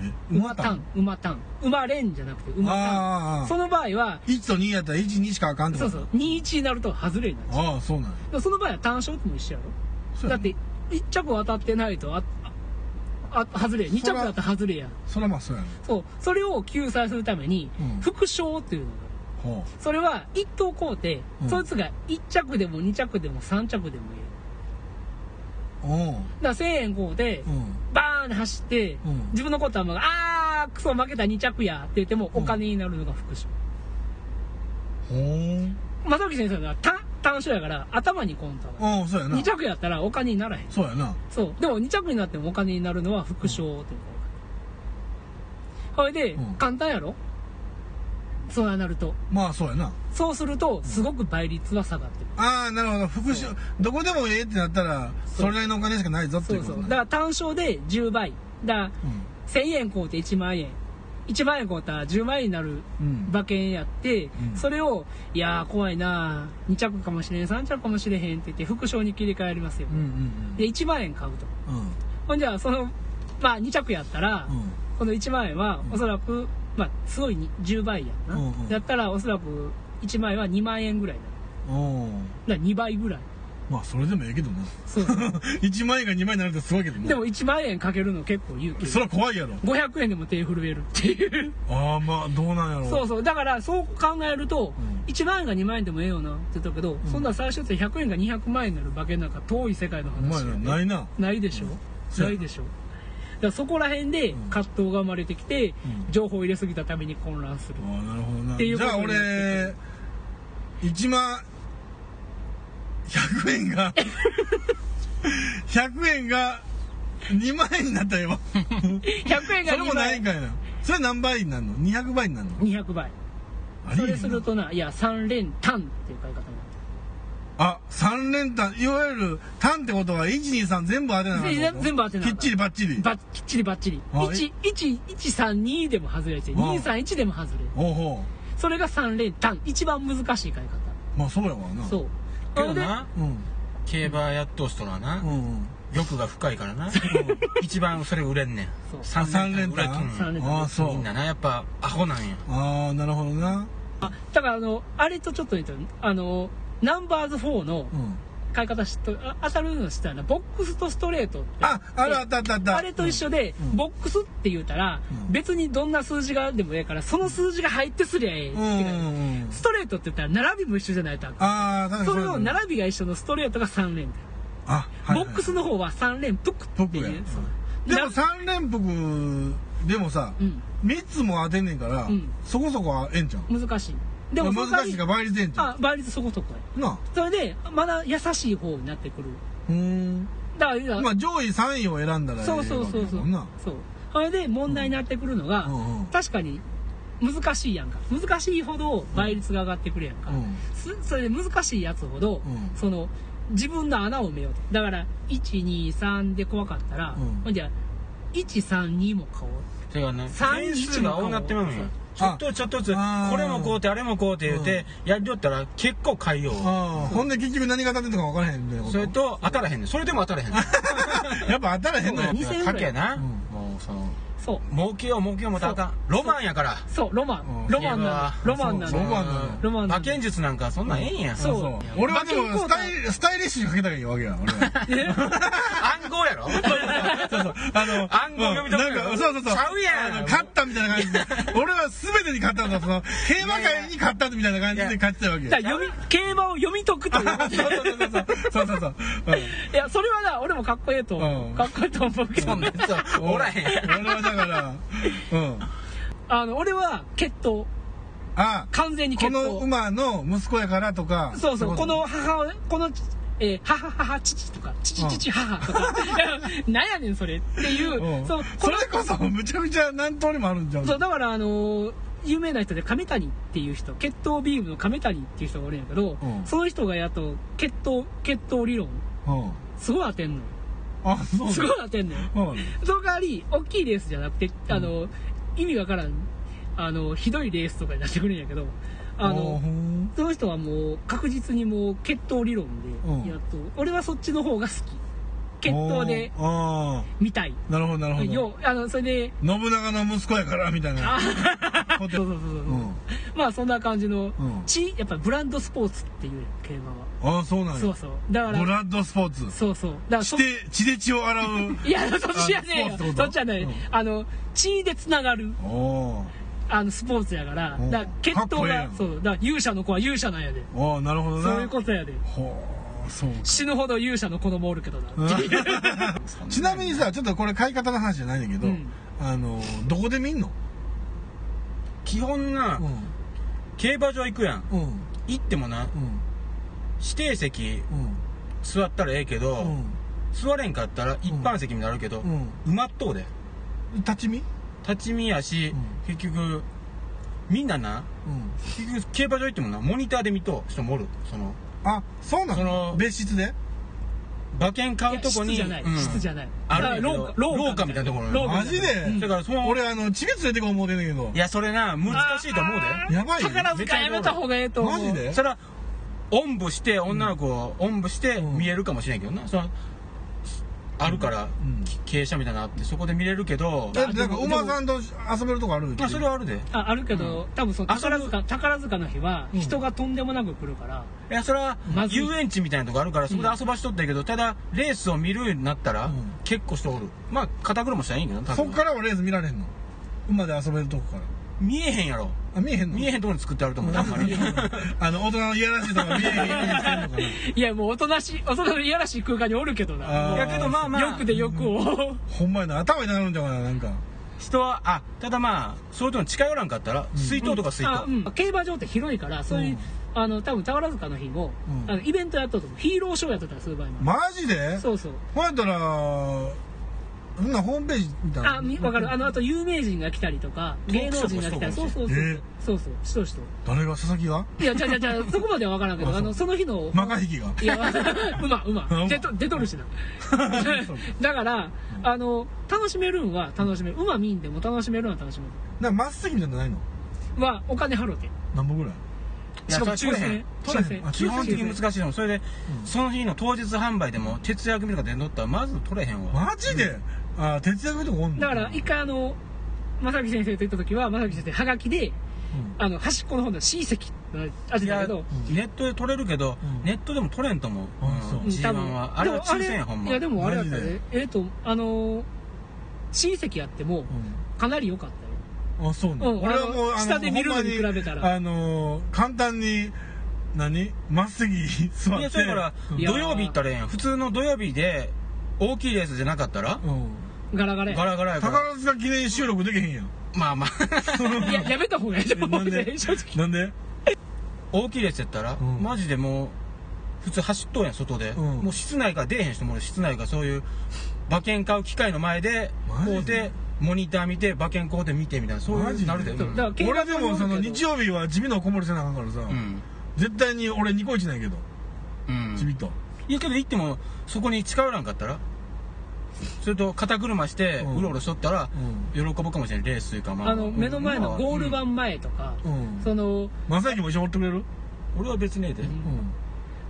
[SPEAKER 1] え
[SPEAKER 2] 馬タン馬タン馬レンじゃなくて馬
[SPEAKER 1] あー
[SPEAKER 2] タ
[SPEAKER 1] あー
[SPEAKER 2] ンその場合は
[SPEAKER 1] 1と2やったら12しかあかんって
[SPEAKER 2] そ
[SPEAKER 1] こ
[SPEAKER 2] う
[SPEAKER 1] と
[SPEAKER 2] そう21になると外れになっちゃ
[SPEAKER 1] ああそうなんや
[SPEAKER 2] うでもその場合は単勝とも一緒や
[SPEAKER 1] そう
[SPEAKER 2] ろだ
[SPEAKER 1] や
[SPEAKER 2] って1着当たってないとあああ外れ2着だったら外れや
[SPEAKER 1] それはまあそうやね
[SPEAKER 2] そうそれを救済するために
[SPEAKER 1] うん
[SPEAKER 2] 副賞っていうのがある
[SPEAKER 1] ほ
[SPEAKER 2] それは1等買うて、
[SPEAKER 1] うん
[SPEAKER 2] そいつが1着でも2着でも3着でもいいだ
[SPEAKER 1] うお
[SPEAKER 2] から1000円買うて、
[SPEAKER 1] ううん
[SPEAKER 2] バーンって走って、
[SPEAKER 1] うん
[SPEAKER 2] 自分のことはもうあークソ負けた2着やって言ってもお金になるのが副賞、
[SPEAKER 1] ほー
[SPEAKER 2] 正木先生が単単勝やから頭にコンタが
[SPEAKER 1] ああそうやな
[SPEAKER 2] 2着やったらお金にならへん
[SPEAKER 1] そうやな
[SPEAKER 2] そうでも2着になってもお金になるのは副賞というか、それで、
[SPEAKER 1] うん
[SPEAKER 2] 簡単やろそうなると
[SPEAKER 1] まあそうやな
[SPEAKER 2] そうするとすごく倍率は下がってくる、
[SPEAKER 1] ああなるほど復讐どこでもええってなったら
[SPEAKER 2] そ
[SPEAKER 1] そ
[SPEAKER 2] う
[SPEAKER 1] れなりのお金しかないぞっていうこ
[SPEAKER 2] そう
[SPEAKER 1] と
[SPEAKER 2] そうだか
[SPEAKER 1] ね
[SPEAKER 2] ら単勝で10倍だから1000円買うて1万円1万円買うたら10万円になる
[SPEAKER 1] うん
[SPEAKER 2] 馬券やって、
[SPEAKER 1] ん
[SPEAKER 2] それを「いやー怖いなー2着かもしれん3着かもしれへん」って言って副賞に切り替えりますよ、
[SPEAKER 1] うんうん
[SPEAKER 2] で1万円買うと
[SPEAKER 1] うんうん
[SPEAKER 2] ほんじゃあそのまあ2着やったら、
[SPEAKER 1] うん
[SPEAKER 2] この1万円はおそらく、まあすごいに10倍やんな、
[SPEAKER 1] うんうん
[SPEAKER 2] だったらおそらく1万円は2万円ぐらいだ
[SPEAKER 1] おー
[SPEAKER 2] だから2倍ぐらい
[SPEAKER 1] まあそれでもええけどな
[SPEAKER 2] そう
[SPEAKER 1] 1万円が2万円になるってすごいけどな
[SPEAKER 2] でも1万円かけるの結構勇気
[SPEAKER 1] それは怖いやろ
[SPEAKER 2] 500円でも手震えるっていう
[SPEAKER 1] ああまあどうなんやろ
[SPEAKER 2] そうそうだからそう考えると、
[SPEAKER 1] ん
[SPEAKER 2] 1万円が2万円でもええよなって言ったけど、そんな最初って100円が200万円になる馬券なんか遠い世界の
[SPEAKER 1] お前
[SPEAKER 2] 話や
[SPEAKER 1] ら
[SPEAKER 2] で
[SPEAKER 1] ないな
[SPEAKER 2] ないでしょ、
[SPEAKER 1] そうや
[SPEAKER 2] ないでしょだからそこら辺で葛藤が生まれてきて、
[SPEAKER 1] うん
[SPEAKER 2] 情報を入れすぎたために混乱する
[SPEAKER 1] あ、あなるほどな
[SPEAKER 2] っていう
[SPEAKER 1] じ
[SPEAKER 2] こと
[SPEAKER 1] ゃあ
[SPEAKER 2] にな
[SPEAKER 1] 俺1万100円が 100円が2万円になったらええわ
[SPEAKER 2] 100円が
[SPEAKER 1] それも
[SPEAKER 2] 2
[SPEAKER 1] な
[SPEAKER 2] 万
[SPEAKER 1] いん
[SPEAKER 2] 円
[SPEAKER 1] かいなそれ何倍になるの200倍になるの
[SPEAKER 2] 200倍
[SPEAKER 1] あり
[SPEAKER 2] そ
[SPEAKER 1] えへん
[SPEAKER 2] れ
[SPEAKER 1] な
[SPEAKER 2] するとないや3連単っていう買い方になって
[SPEAKER 1] あ三連単いわゆる単ってことは123全部当てなあかんってこと
[SPEAKER 2] 全部当てな
[SPEAKER 1] き
[SPEAKER 2] あか
[SPEAKER 1] っ
[SPEAKER 2] ん
[SPEAKER 1] ちりバッチリ
[SPEAKER 2] ばきっちりばっちり
[SPEAKER 1] あ
[SPEAKER 2] 11132でも外れて
[SPEAKER 1] あ
[SPEAKER 2] 231でも外れる
[SPEAKER 1] おうほ
[SPEAKER 2] それが3連単一番難しい買い方
[SPEAKER 1] うまあそうやわな
[SPEAKER 2] そう
[SPEAKER 3] け
[SPEAKER 2] そ
[SPEAKER 3] ど
[SPEAKER 2] れで
[SPEAKER 3] な
[SPEAKER 1] うん
[SPEAKER 3] 競馬やっとう人はな、
[SPEAKER 1] うんうん
[SPEAKER 3] 欲が深いからな一番それ売れんねん
[SPEAKER 2] そう
[SPEAKER 3] 3連単売れとんね
[SPEAKER 2] 三連単
[SPEAKER 1] ああそ
[SPEAKER 3] んみ
[SPEAKER 1] うん
[SPEAKER 3] ななやっぱアホなんや
[SPEAKER 1] ああなるほどな
[SPEAKER 2] あだからあのあれとちょっと似てるあのナンバーズ4の
[SPEAKER 1] うん
[SPEAKER 2] 買い方知っとあ当たるの知ったらボックスとストレートって
[SPEAKER 1] ああるあったあったあった
[SPEAKER 2] あれと一緒で、
[SPEAKER 1] うん
[SPEAKER 2] ボックスって言うたら、
[SPEAKER 1] うん
[SPEAKER 2] 別にどんな数字があってもええからその数字が入ってすりゃええっ
[SPEAKER 1] う
[SPEAKER 2] て感
[SPEAKER 1] ん
[SPEAKER 2] じ、
[SPEAKER 1] うんうん
[SPEAKER 2] ストレートって言ったら並びも一緒じゃないとあかん
[SPEAKER 1] ああ確かに
[SPEAKER 2] それ
[SPEAKER 1] う
[SPEAKER 2] の
[SPEAKER 1] だね
[SPEAKER 2] 並びが一緒のストレートが3連で、
[SPEAKER 1] あ、はいはい
[SPEAKER 2] ボックスの方は3連プクって
[SPEAKER 1] 僕
[SPEAKER 2] いう
[SPEAKER 1] や
[SPEAKER 2] そう
[SPEAKER 1] で
[SPEAKER 2] な
[SPEAKER 1] も三連複でもさ
[SPEAKER 2] うん
[SPEAKER 1] 三つも当てんねんから
[SPEAKER 2] うん
[SPEAKER 1] そこそこはええんちゃう
[SPEAKER 2] 難しいでも
[SPEAKER 1] 難しいから倍率ええんちゃ
[SPEAKER 2] あ倍率そこそこや
[SPEAKER 1] うなあ
[SPEAKER 2] それでまだ優しい方になってくる
[SPEAKER 1] うーん
[SPEAKER 2] だから、
[SPEAKER 1] まあ上位3位を選んだらええ
[SPEAKER 2] そ
[SPEAKER 1] わ
[SPEAKER 2] う
[SPEAKER 1] け
[SPEAKER 2] そうそうそ
[SPEAKER 1] やも
[SPEAKER 2] う
[SPEAKER 1] んな
[SPEAKER 2] そうそれで問題になってくるのが、
[SPEAKER 1] うんうん
[SPEAKER 2] 確かに難しいやんか難しいほど倍率が上がってくるやんか、
[SPEAKER 1] うん
[SPEAKER 2] すそれで難しいやつほど、
[SPEAKER 1] うん
[SPEAKER 2] その自分の穴を埋めようとだから123で怖かったら、
[SPEAKER 1] うん
[SPEAKER 2] ほんじゃ132も買おう
[SPEAKER 3] それがね
[SPEAKER 2] 三
[SPEAKER 3] 変数が多なってまうん
[SPEAKER 2] そ
[SPEAKER 3] よ
[SPEAKER 2] う
[SPEAKER 3] ちょっとちょっとずつ
[SPEAKER 1] あー
[SPEAKER 3] これもこうてあれもこうて言うてやりとったら結構変えよう
[SPEAKER 1] ああほんで結局何が当たってんのか分からへんみたいなこと
[SPEAKER 3] それと当たらへんねんそれでも当たらへんね ん
[SPEAKER 1] やっぱ当たらへんのや
[SPEAKER 2] そう2000円ぐらい
[SPEAKER 3] 賭けやな、
[SPEAKER 1] うん
[SPEAKER 3] もうその
[SPEAKER 2] そう
[SPEAKER 3] 儲けよう儲けようもたたロマンやから
[SPEAKER 2] そうロマン
[SPEAKER 1] うん
[SPEAKER 2] ロマンなのロマンな
[SPEAKER 1] そうそう
[SPEAKER 2] の
[SPEAKER 1] マンなの
[SPEAKER 2] ロマンなの
[SPEAKER 3] 馬券術なんかそんなんええんや
[SPEAKER 2] そう
[SPEAKER 1] 俺はで
[SPEAKER 2] 馬
[SPEAKER 1] もス
[SPEAKER 2] 券コーナ
[SPEAKER 1] タイスタイリッシュにかけたらいいわけや俺は
[SPEAKER 3] 暗号やろ
[SPEAKER 1] そうそうあの
[SPEAKER 3] 暗号読
[SPEAKER 1] う
[SPEAKER 3] み解く
[SPEAKER 1] んなんかそうそうそう
[SPEAKER 3] ちゃうやん
[SPEAKER 1] あの勝ったみたいな感じで 俺は全てに勝ったんだその競馬界に勝ったみたいな感じで勝ってたわけよ
[SPEAKER 2] だから読み競馬を読み解く という
[SPEAKER 1] そうそうそうそうそうそう
[SPEAKER 2] いやそれはな俺もかっこいいと思う、
[SPEAKER 1] うん
[SPEAKER 2] かっこいいと思うけ
[SPEAKER 3] そ
[SPEAKER 2] ど
[SPEAKER 3] んなやつは
[SPEAKER 1] うん
[SPEAKER 3] おらへん
[SPEAKER 1] 俺はだからうん
[SPEAKER 2] あの俺は決闘
[SPEAKER 1] あ
[SPEAKER 2] 完全に
[SPEAKER 1] こ
[SPEAKER 2] 決
[SPEAKER 1] の
[SPEAKER 2] 闘
[SPEAKER 1] 馬の息子やからとか
[SPEAKER 2] そうそう
[SPEAKER 1] い
[SPEAKER 2] この母をこのえー、母母父とか父父母とか なんやねんそれっていう、
[SPEAKER 1] うん
[SPEAKER 2] そう
[SPEAKER 1] そ
[SPEAKER 2] の
[SPEAKER 1] れこそむちゃむちゃ何通りもあるんじゃん
[SPEAKER 2] そうだからあのー有名な人で亀谷っていう人血統ビームの亀谷っていう人がおるんやけど、
[SPEAKER 1] うん
[SPEAKER 2] その人がやっと血統血統理論
[SPEAKER 1] うん
[SPEAKER 2] すごい当てんのよ
[SPEAKER 1] あそう
[SPEAKER 2] すごい当てんのよ
[SPEAKER 1] うん
[SPEAKER 2] その代わり大きいレースじゃなくてあの、意味わからんあのひどいレースとかになってくるんやけどあの
[SPEAKER 1] ほん
[SPEAKER 2] その人はもう確実にもう血統理論
[SPEAKER 1] うん
[SPEAKER 2] でやっと、俺はそっちの方が好き血統で
[SPEAKER 1] おーあ
[SPEAKER 2] 見たい
[SPEAKER 1] ーなるほどなるほど
[SPEAKER 2] ようあのそれで
[SPEAKER 1] 信長の息子やからみたいな
[SPEAKER 2] あ
[SPEAKER 1] こ
[SPEAKER 2] そ
[SPEAKER 1] と
[SPEAKER 2] うそうそうそう、
[SPEAKER 1] うん
[SPEAKER 2] まあそんな感じ
[SPEAKER 1] う
[SPEAKER 2] の、
[SPEAKER 1] ん
[SPEAKER 2] ちやっぱブランドスポーツっていう競馬は、
[SPEAKER 1] ああそうなん
[SPEAKER 2] そ
[SPEAKER 1] や
[SPEAKER 2] うそうだから
[SPEAKER 1] ブラッドスポーツ
[SPEAKER 2] そうそうだから
[SPEAKER 1] 血
[SPEAKER 2] そ
[SPEAKER 1] で血で血を洗う
[SPEAKER 2] いやそっちじゃねえ
[SPEAKER 1] あ
[SPEAKER 2] よ
[SPEAKER 1] スポーツってこと
[SPEAKER 2] そっちじゃない、
[SPEAKER 1] うん
[SPEAKER 2] あの地でつながる
[SPEAKER 1] おお
[SPEAKER 2] あのスポーツやから
[SPEAKER 1] うん
[SPEAKER 2] だから血
[SPEAKER 1] かっこ
[SPEAKER 2] 統
[SPEAKER 1] ええや
[SPEAKER 2] が
[SPEAKER 1] ん
[SPEAKER 2] そうだから勇者の子は勇者なんやで
[SPEAKER 1] ーおーなるほどな
[SPEAKER 2] そういうことやで
[SPEAKER 1] ほーそうか
[SPEAKER 2] 死ぬほど勇者の子供おるけどな、
[SPEAKER 1] ちなみにさちょっとこれ買い方の話じゃないんだけど、
[SPEAKER 2] うん
[SPEAKER 1] あのどこで見んの
[SPEAKER 3] 基本な
[SPEAKER 1] う
[SPEAKER 3] 競馬場行くやん
[SPEAKER 1] んうん
[SPEAKER 3] 行っても
[SPEAKER 1] う
[SPEAKER 3] な
[SPEAKER 1] ん
[SPEAKER 3] 指定席
[SPEAKER 1] うん
[SPEAKER 3] 座ったらええけど、
[SPEAKER 1] う
[SPEAKER 3] 座れんかったら一般席になるけど、
[SPEAKER 1] ん
[SPEAKER 3] 埋まっとうで
[SPEAKER 1] うん立ち見
[SPEAKER 3] 立ち見やし、
[SPEAKER 1] う
[SPEAKER 3] 結局みんなな
[SPEAKER 1] うん
[SPEAKER 3] 結局競馬場行ってもなモニターで見とう人もおるその
[SPEAKER 1] あそうなの
[SPEAKER 3] その
[SPEAKER 1] 別室で
[SPEAKER 3] 馬券買うとこ
[SPEAKER 2] いや質
[SPEAKER 3] に
[SPEAKER 2] じゃない、
[SPEAKER 3] うん
[SPEAKER 2] 質じゃない
[SPEAKER 3] ある
[SPEAKER 2] だから
[SPEAKER 3] んやけど
[SPEAKER 2] 廊
[SPEAKER 3] 廊下みたいなところ
[SPEAKER 2] 廊下
[SPEAKER 1] マジで、
[SPEAKER 2] うん
[SPEAKER 3] だからその
[SPEAKER 1] 俺あの地に連れてこう思うてんだけど
[SPEAKER 3] いやそれな難しいと思う
[SPEAKER 2] あ
[SPEAKER 3] で
[SPEAKER 2] ー
[SPEAKER 1] やばいよ
[SPEAKER 2] 宝塚やめた方がええと思う
[SPEAKER 1] マジで
[SPEAKER 3] それはおんぶして女の子をおんぶして
[SPEAKER 1] うん
[SPEAKER 3] 見えるかもしれんけどな、そのあるから、
[SPEAKER 1] うん
[SPEAKER 3] き傾斜みたいなのあってそこで見れるけど
[SPEAKER 1] えなんか馬さんと遊べるとこある
[SPEAKER 3] まあそれはあるで
[SPEAKER 2] ああるけど、多分その
[SPEAKER 3] あそれ
[SPEAKER 2] 宝塚宝塚の日は
[SPEAKER 1] うん
[SPEAKER 2] 人がとんでもなく来るから、
[SPEAKER 3] いやそれは
[SPEAKER 2] まずい
[SPEAKER 3] 遊園地みたいなとこあるからそこで遊ばしとったけど、ただレースを見るようになったら、
[SPEAKER 1] うん
[SPEAKER 3] 結構人おるまあ肩車したらいいんやけどな多
[SPEAKER 1] そ
[SPEAKER 3] 分
[SPEAKER 1] っからはレース見られへんの馬で遊べるとこから
[SPEAKER 3] 見えへんやろ
[SPEAKER 1] あ見えへんの
[SPEAKER 3] 見えへんとこに作ってあると思う、あんま り
[SPEAKER 1] あの大人のいやらしいとこ見えへんようにしてんのかない
[SPEAKER 2] やもうおとな しいおとなしいやらしい空間におるけど
[SPEAKER 1] あ
[SPEAKER 2] な
[SPEAKER 1] ー
[SPEAKER 3] いやけどまあまあ
[SPEAKER 2] よくでよくを
[SPEAKER 1] ほんまやな頭になるんじゃないなんか
[SPEAKER 3] 人はあただまあそういうとこに近寄らんかったら、水筒とか水筒、
[SPEAKER 2] あ、うん、競馬場って広いからそういう、
[SPEAKER 1] うん
[SPEAKER 2] あの多分宝塚の日も、
[SPEAKER 1] うん
[SPEAKER 2] あのイベントやっとると思うヒーローショーやっとったりする場合もあ
[SPEAKER 1] マジで
[SPEAKER 2] るそうそう
[SPEAKER 1] ほんやったらそんなホームページみたいな
[SPEAKER 2] あみわかるあのあと有名人が来たりとか
[SPEAKER 3] トー
[SPEAKER 2] 芸
[SPEAKER 3] クシ
[SPEAKER 2] 能人
[SPEAKER 3] ョー
[SPEAKER 2] が来たり
[SPEAKER 3] と
[SPEAKER 2] そ
[SPEAKER 3] か
[SPEAKER 2] う
[SPEAKER 3] しと
[SPEAKER 2] そうそう、そうそうしとしと
[SPEAKER 1] 誰が佐々木が
[SPEAKER 2] いやじゃじゃじゃそこまでは分からんけど
[SPEAKER 1] あ
[SPEAKER 2] あのその日の
[SPEAKER 1] マカヒキが
[SPEAKER 2] いや、 うま、う
[SPEAKER 1] う
[SPEAKER 2] ま
[SPEAKER 1] ま。
[SPEAKER 2] 出と出とる しな。だから、あの、楽しめるんは楽しめる。うまみんでも楽しめるんは楽しめる。
[SPEAKER 1] なんかまっすぐみたいなのないの
[SPEAKER 2] は、お金払うて。
[SPEAKER 1] 何本ぐらい
[SPEAKER 3] いや
[SPEAKER 2] しかも
[SPEAKER 3] それ取れへん
[SPEAKER 2] 抽選
[SPEAKER 1] あ
[SPEAKER 2] 抽選
[SPEAKER 3] 基本的に難しいのそれで、
[SPEAKER 1] うん
[SPEAKER 3] その日の当日販売でも徹夜組とかで乗ったらまず取れへんわ
[SPEAKER 1] マジで、あ徹夜組とかおんの
[SPEAKER 2] だから、一回あの、まさき先生と行った時は、まさき先生、はがきで、
[SPEAKER 1] うん
[SPEAKER 2] あの、端っこの方の C 席のくなっちゃっ
[SPEAKER 3] い
[SPEAKER 2] た
[SPEAKER 3] や、
[SPEAKER 2] けど
[SPEAKER 3] ネットで取れるけど、
[SPEAKER 1] うん
[SPEAKER 3] ネットでも取れんと思う。
[SPEAKER 1] あそう
[SPEAKER 2] うん
[SPEAKER 3] G1
[SPEAKER 2] 多分
[SPEAKER 3] は。あれは抽選や、
[SPEAKER 2] でもあ
[SPEAKER 3] ほんま。
[SPEAKER 2] いやでもあれやった
[SPEAKER 1] マジ
[SPEAKER 2] ね
[SPEAKER 1] で
[SPEAKER 2] えっとあのー親戚やってもかなり良かったよ
[SPEAKER 1] うん、あそうなの、
[SPEAKER 2] うん
[SPEAKER 1] 俺はもう
[SPEAKER 2] あの
[SPEAKER 1] あの
[SPEAKER 2] 下で見るのに比べたら
[SPEAKER 1] ほんまにあのー簡単に何真っ直ぐに座って
[SPEAKER 3] いや、それから、
[SPEAKER 1] うん
[SPEAKER 2] いや
[SPEAKER 3] 土曜日行ったらええやん。普通の土曜日で、大きいレースじゃなかったら、
[SPEAKER 1] うん
[SPEAKER 2] ガラガラや
[SPEAKER 3] ガラガラやから。
[SPEAKER 1] 宝塚記念収録できへんやん
[SPEAKER 3] まあまあ。
[SPEAKER 2] いややめた方がいいと思う
[SPEAKER 1] なんで
[SPEAKER 2] ね正直
[SPEAKER 1] なんで
[SPEAKER 3] 大きいレースやったら、
[SPEAKER 1] うん
[SPEAKER 3] マジでもう、普通走っとうやん、外で。
[SPEAKER 1] うん
[SPEAKER 3] もう室内から出えへん人もおる室内からそういう、馬券買う機械の前で、
[SPEAKER 1] マジで
[SPEAKER 3] こうで、モニター見て、馬券こうで見てみたいな、そう
[SPEAKER 1] マ
[SPEAKER 3] い
[SPEAKER 1] ジ
[SPEAKER 3] う
[SPEAKER 1] で
[SPEAKER 3] なるで。う
[SPEAKER 2] だ
[SPEAKER 3] ん
[SPEAKER 2] から見
[SPEAKER 1] 俺
[SPEAKER 2] 学
[SPEAKER 1] でもその
[SPEAKER 2] に
[SPEAKER 1] 日曜日は地味なおこもりせなあかんからさ、
[SPEAKER 3] うん。
[SPEAKER 1] 絶対に俺ニコイチなんやけど
[SPEAKER 3] うん。
[SPEAKER 1] ちびっと
[SPEAKER 3] いやけど行ってもそこに近寄らんかったらそれと肩車して
[SPEAKER 1] うん
[SPEAKER 3] うろうろしとったら喜ぶかもしれんレースというかまあ
[SPEAKER 2] あの目の前のゴール板前とか、
[SPEAKER 1] うん、うん、
[SPEAKER 2] その
[SPEAKER 1] 正行も一緒におってくれる
[SPEAKER 3] うん俺は別にええで
[SPEAKER 1] うん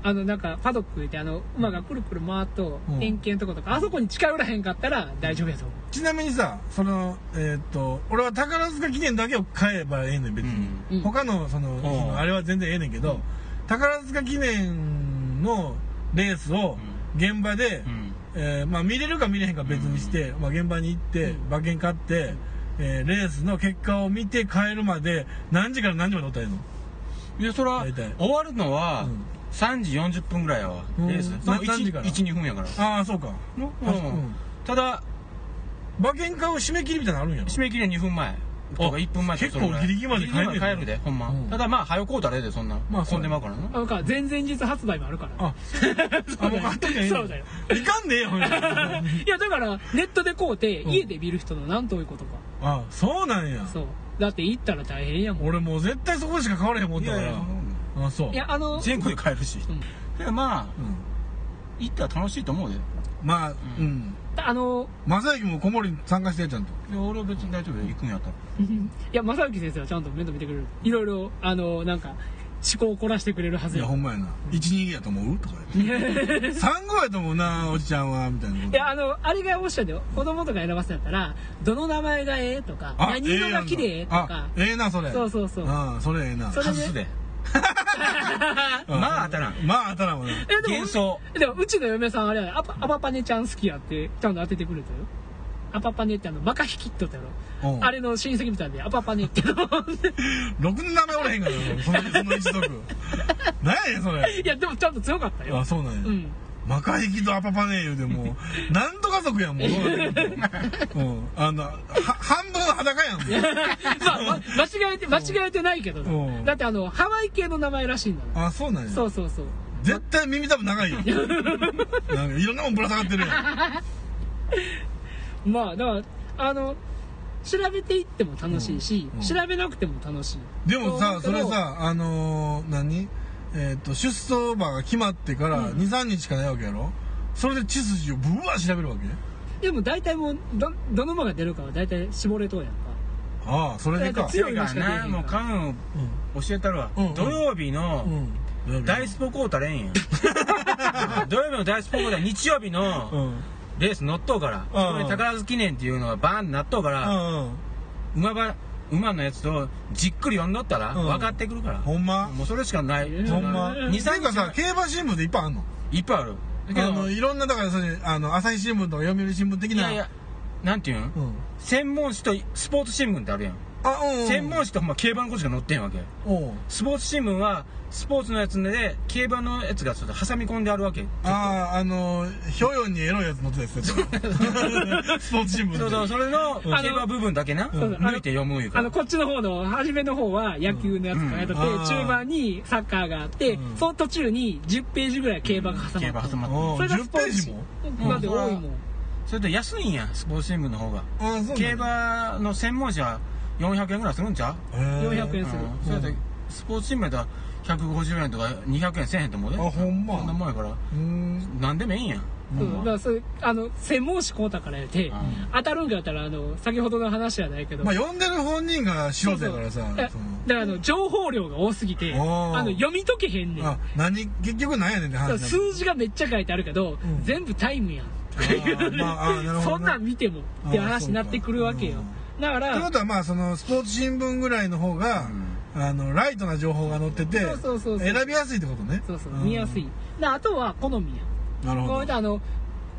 [SPEAKER 2] あのなんかパドックであの馬がくるくる回っと
[SPEAKER 1] うん
[SPEAKER 2] 円形のとことか、あそこに近寄らへんかったら大丈夫やと思
[SPEAKER 1] ちなみにさそのえーっと俺は宝塚記念だけを買えばええねん別に、
[SPEAKER 2] う、うん
[SPEAKER 1] 他のその日
[SPEAKER 3] う
[SPEAKER 1] の
[SPEAKER 3] ん
[SPEAKER 1] あれは全然ええねんけど、宝塚記念のレースを現場で、
[SPEAKER 3] うん
[SPEAKER 1] えーまあ、見れるか見れへんか別にして、まあ、現場に行って
[SPEAKER 2] うん
[SPEAKER 1] 馬券買って、えーレースの結果を見て帰るまで何時から何時までおったらいいの
[SPEAKER 3] いやそら
[SPEAKER 1] 大体
[SPEAKER 3] 終わるのは
[SPEAKER 1] うん
[SPEAKER 3] 3時40分ぐらいやわ
[SPEAKER 1] うん
[SPEAKER 3] レース
[SPEAKER 1] な
[SPEAKER 3] その
[SPEAKER 1] 何時から
[SPEAKER 3] 12分やから
[SPEAKER 1] ああそうか
[SPEAKER 3] うん
[SPEAKER 1] うん
[SPEAKER 3] ただ
[SPEAKER 1] 馬券買う締め切りみたいなのあるんやろ
[SPEAKER 3] 締め切りは2分前とか1分前とか
[SPEAKER 1] 結構
[SPEAKER 3] そのぐらい
[SPEAKER 1] ギリギリまで帰んねんな
[SPEAKER 3] ギリギリまで帰るでほんま
[SPEAKER 1] うん
[SPEAKER 3] ただまあ早うこうたらええでそんな
[SPEAKER 1] まあそう
[SPEAKER 3] 混んでまうからな
[SPEAKER 2] あのか前々日発売もあるから
[SPEAKER 1] ああもう買っときゃいい
[SPEAKER 2] そうだよ
[SPEAKER 1] いかんでええやんほんな ら
[SPEAKER 2] いやだからネットで買うて
[SPEAKER 1] うん
[SPEAKER 2] 家で見る人のなんと多いことか、
[SPEAKER 1] あそうなんや
[SPEAKER 2] そうだって行ったら大変やもん
[SPEAKER 1] 俺もう絶対そこしか買われへん思ったからあそう
[SPEAKER 2] いやあの
[SPEAKER 3] 全国で帰るし
[SPEAKER 2] うん
[SPEAKER 3] でまあ
[SPEAKER 1] うん
[SPEAKER 3] 行ったら楽しいと思うでい
[SPEAKER 1] まあう
[SPEAKER 3] うん
[SPEAKER 2] あの
[SPEAKER 1] 正行も子守に参加してちゃんと
[SPEAKER 3] や俺は別に大丈夫で行くんやったら
[SPEAKER 2] いや正幸先生はちゃんと面倒見てくれるいろいろあのなんか思考を凝らしてくれるはいず
[SPEAKER 1] や
[SPEAKER 2] よ
[SPEAKER 1] ほんまやな一人やと思うとか 言って産後やと思うなおじちゃんはみたいなこと
[SPEAKER 2] いやあのあれがおっしゃるよ子供とか選ばせんだったらどの名前がええとか
[SPEAKER 1] あ
[SPEAKER 2] 何色が綺麗とか
[SPEAKER 1] ええやんかあええなそれ
[SPEAKER 2] そうそうそう
[SPEAKER 1] うんそれええな
[SPEAKER 2] それ
[SPEAKER 3] 外
[SPEAKER 2] で
[SPEAKER 3] すで
[SPEAKER 1] うん
[SPEAKER 3] まあ当たらん
[SPEAKER 1] まあ当たらんわな
[SPEAKER 2] えでも
[SPEAKER 3] 幻想
[SPEAKER 2] でもうちの嫁さんあれやアパアパパネちゃん好きやってちゃんと当ててくれたよアパパネってあのバカ引きっとったやろ、
[SPEAKER 1] うん
[SPEAKER 2] あれの親戚みたいでアパパネっての
[SPEAKER 1] ろくな名前おれへんからなそのその一 族何やねんそれ
[SPEAKER 2] いやでもちゃんと強かったよ
[SPEAKER 1] あそうなんや、
[SPEAKER 2] うん
[SPEAKER 1] マカヒキとアパパネー言うてもうなんとか族やんも うどうなってんのうんあのは半分裸やんも う
[SPEAKER 2] まあ、ま間違えて間違えてないけど
[SPEAKER 1] うん
[SPEAKER 2] なだってあのハワイ系の名前らしいんだな
[SPEAKER 1] あそうなんや
[SPEAKER 2] そうそうそう
[SPEAKER 1] 絶対耳多分長い よなんかいろんなもんぶら下がってるやん
[SPEAKER 2] まあだからあの調べていっても楽しいし、
[SPEAKER 1] うんうん
[SPEAKER 2] 調べなくても楽しい
[SPEAKER 1] でもさ
[SPEAKER 2] う
[SPEAKER 1] それさあのー、何えっ、と出走馬が決まってから23日しかないわけやろそれで血筋をぶわー調べるわけ
[SPEAKER 2] でも大体もうどどの馬が出るかは大体絞れとうやんか
[SPEAKER 1] ああそれで
[SPEAKER 2] だ
[SPEAKER 1] か
[SPEAKER 2] って
[SPEAKER 3] 強
[SPEAKER 2] 強
[SPEAKER 3] い
[SPEAKER 2] い
[SPEAKER 3] か
[SPEAKER 2] のしから出
[SPEAKER 3] な
[SPEAKER 2] えへん
[SPEAKER 3] もう
[SPEAKER 2] か
[SPEAKER 3] 缶を教えたるわ
[SPEAKER 1] うん
[SPEAKER 3] 土曜日
[SPEAKER 1] う
[SPEAKER 3] の
[SPEAKER 1] ん、うん、
[SPEAKER 3] ダイスポコータれ んやん土曜日のダイスポコータ日曜日
[SPEAKER 1] う
[SPEAKER 3] の
[SPEAKER 1] ん
[SPEAKER 3] レース乗っとうから
[SPEAKER 1] うん
[SPEAKER 3] これ宝塚記念っていうのはバーンってなっとうか
[SPEAKER 1] う
[SPEAKER 3] ら
[SPEAKER 1] んうん
[SPEAKER 3] 馬場馬のやつとじっくり読んどったら
[SPEAKER 1] うん
[SPEAKER 3] 分かってくるから
[SPEAKER 1] ほんま
[SPEAKER 3] もうそれしかない
[SPEAKER 2] うん
[SPEAKER 1] ほんま
[SPEAKER 2] うん
[SPEAKER 1] 二三
[SPEAKER 3] 23
[SPEAKER 1] か
[SPEAKER 3] 日
[SPEAKER 1] さ競馬新聞でいっぱいあんの
[SPEAKER 3] いっぱいあるだけ
[SPEAKER 1] あの
[SPEAKER 3] ど
[SPEAKER 1] いろんなだからそれあの朝日新聞とか読売新聞的
[SPEAKER 3] い
[SPEAKER 1] な
[SPEAKER 3] やいやなんていうん
[SPEAKER 1] うん
[SPEAKER 3] 専門誌とスポーツ新聞ってあるやん
[SPEAKER 1] あうんうん
[SPEAKER 3] 専門誌とほんま競馬のことしか載ってんわけ
[SPEAKER 1] おう
[SPEAKER 3] スポーツ新聞はスポーツのやつで競馬のやつがちょっと挟み込んであるわけ
[SPEAKER 1] あああの表4にエロいやつ載ってたやつやスポーツ新聞で
[SPEAKER 3] そうそうそれの
[SPEAKER 1] うん
[SPEAKER 3] 競馬部分だけな
[SPEAKER 1] うん
[SPEAKER 3] 抜いて読むいう
[SPEAKER 2] あ
[SPEAKER 3] か
[SPEAKER 2] のこっちの方の初めの方は野球のやつからやってて、
[SPEAKER 1] うんうんあー
[SPEAKER 2] 中盤にサッカーがあって、
[SPEAKER 1] うん
[SPEAKER 2] その途中に10ページぐらい競馬が挟まって
[SPEAKER 3] 競馬挟まって
[SPEAKER 1] おう
[SPEAKER 2] それが
[SPEAKER 1] 10
[SPEAKER 2] スポ
[SPEAKER 1] ペー
[SPEAKER 2] ー
[SPEAKER 1] ジ
[SPEAKER 2] ツ
[SPEAKER 1] も
[SPEAKER 3] うん
[SPEAKER 2] なんで多いもん、
[SPEAKER 3] それと安いんやスポーツ新聞の方が
[SPEAKER 1] ああそう
[SPEAKER 3] 競馬の専門誌は400円ぐらいするんちゃう
[SPEAKER 1] 4
[SPEAKER 2] 400
[SPEAKER 3] う
[SPEAKER 2] 円
[SPEAKER 3] ん
[SPEAKER 2] する
[SPEAKER 3] それでスポーツ新聞やったら150円とか200円せえへんと思うで
[SPEAKER 1] あほんま
[SPEAKER 3] そんなもんやから
[SPEAKER 1] うーん
[SPEAKER 3] 何でもいいんや
[SPEAKER 2] う
[SPEAKER 3] ほ
[SPEAKER 2] ん
[SPEAKER 3] んま
[SPEAKER 2] だからそれあの専門誌こうたからやって、当たるんかやったらあの先ほどの話じゃないけど、
[SPEAKER 1] まあ読んでる本人が素
[SPEAKER 2] そう
[SPEAKER 1] 人
[SPEAKER 2] そう
[SPEAKER 1] やからさ
[SPEAKER 2] えだ
[SPEAKER 1] その
[SPEAKER 2] からあの情報量が多すぎて
[SPEAKER 1] おー
[SPEAKER 2] あの読み解けへんねん
[SPEAKER 1] あ何結局なんやねんって
[SPEAKER 2] だから
[SPEAKER 1] 話
[SPEAKER 2] 数字がめっちゃ書いてあるけど、
[SPEAKER 1] ん
[SPEAKER 2] 全部タイムやんとかいうね
[SPEAKER 1] あーまああーなるほどね
[SPEAKER 2] そんなん見てもって話になってくるわけ
[SPEAKER 1] あ
[SPEAKER 2] よ
[SPEAKER 1] ーそう
[SPEAKER 2] だか
[SPEAKER 1] ってこ
[SPEAKER 2] ら
[SPEAKER 1] とはまあそのスポーツ新聞ぐらいの方が、
[SPEAKER 3] ん
[SPEAKER 1] あのライトな情報が載ってて
[SPEAKER 2] そうそうそうそう
[SPEAKER 1] 選びやすいってことね
[SPEAKER 2] そうそう見やすいであとは好みや
[SPEAKER 1] なる
[SPEAKER 2] こ
[SPEAKER 1] ほ
[SPEAKER 2] れで
[SPEAKER 1] ど
[SPEAKER 2] あの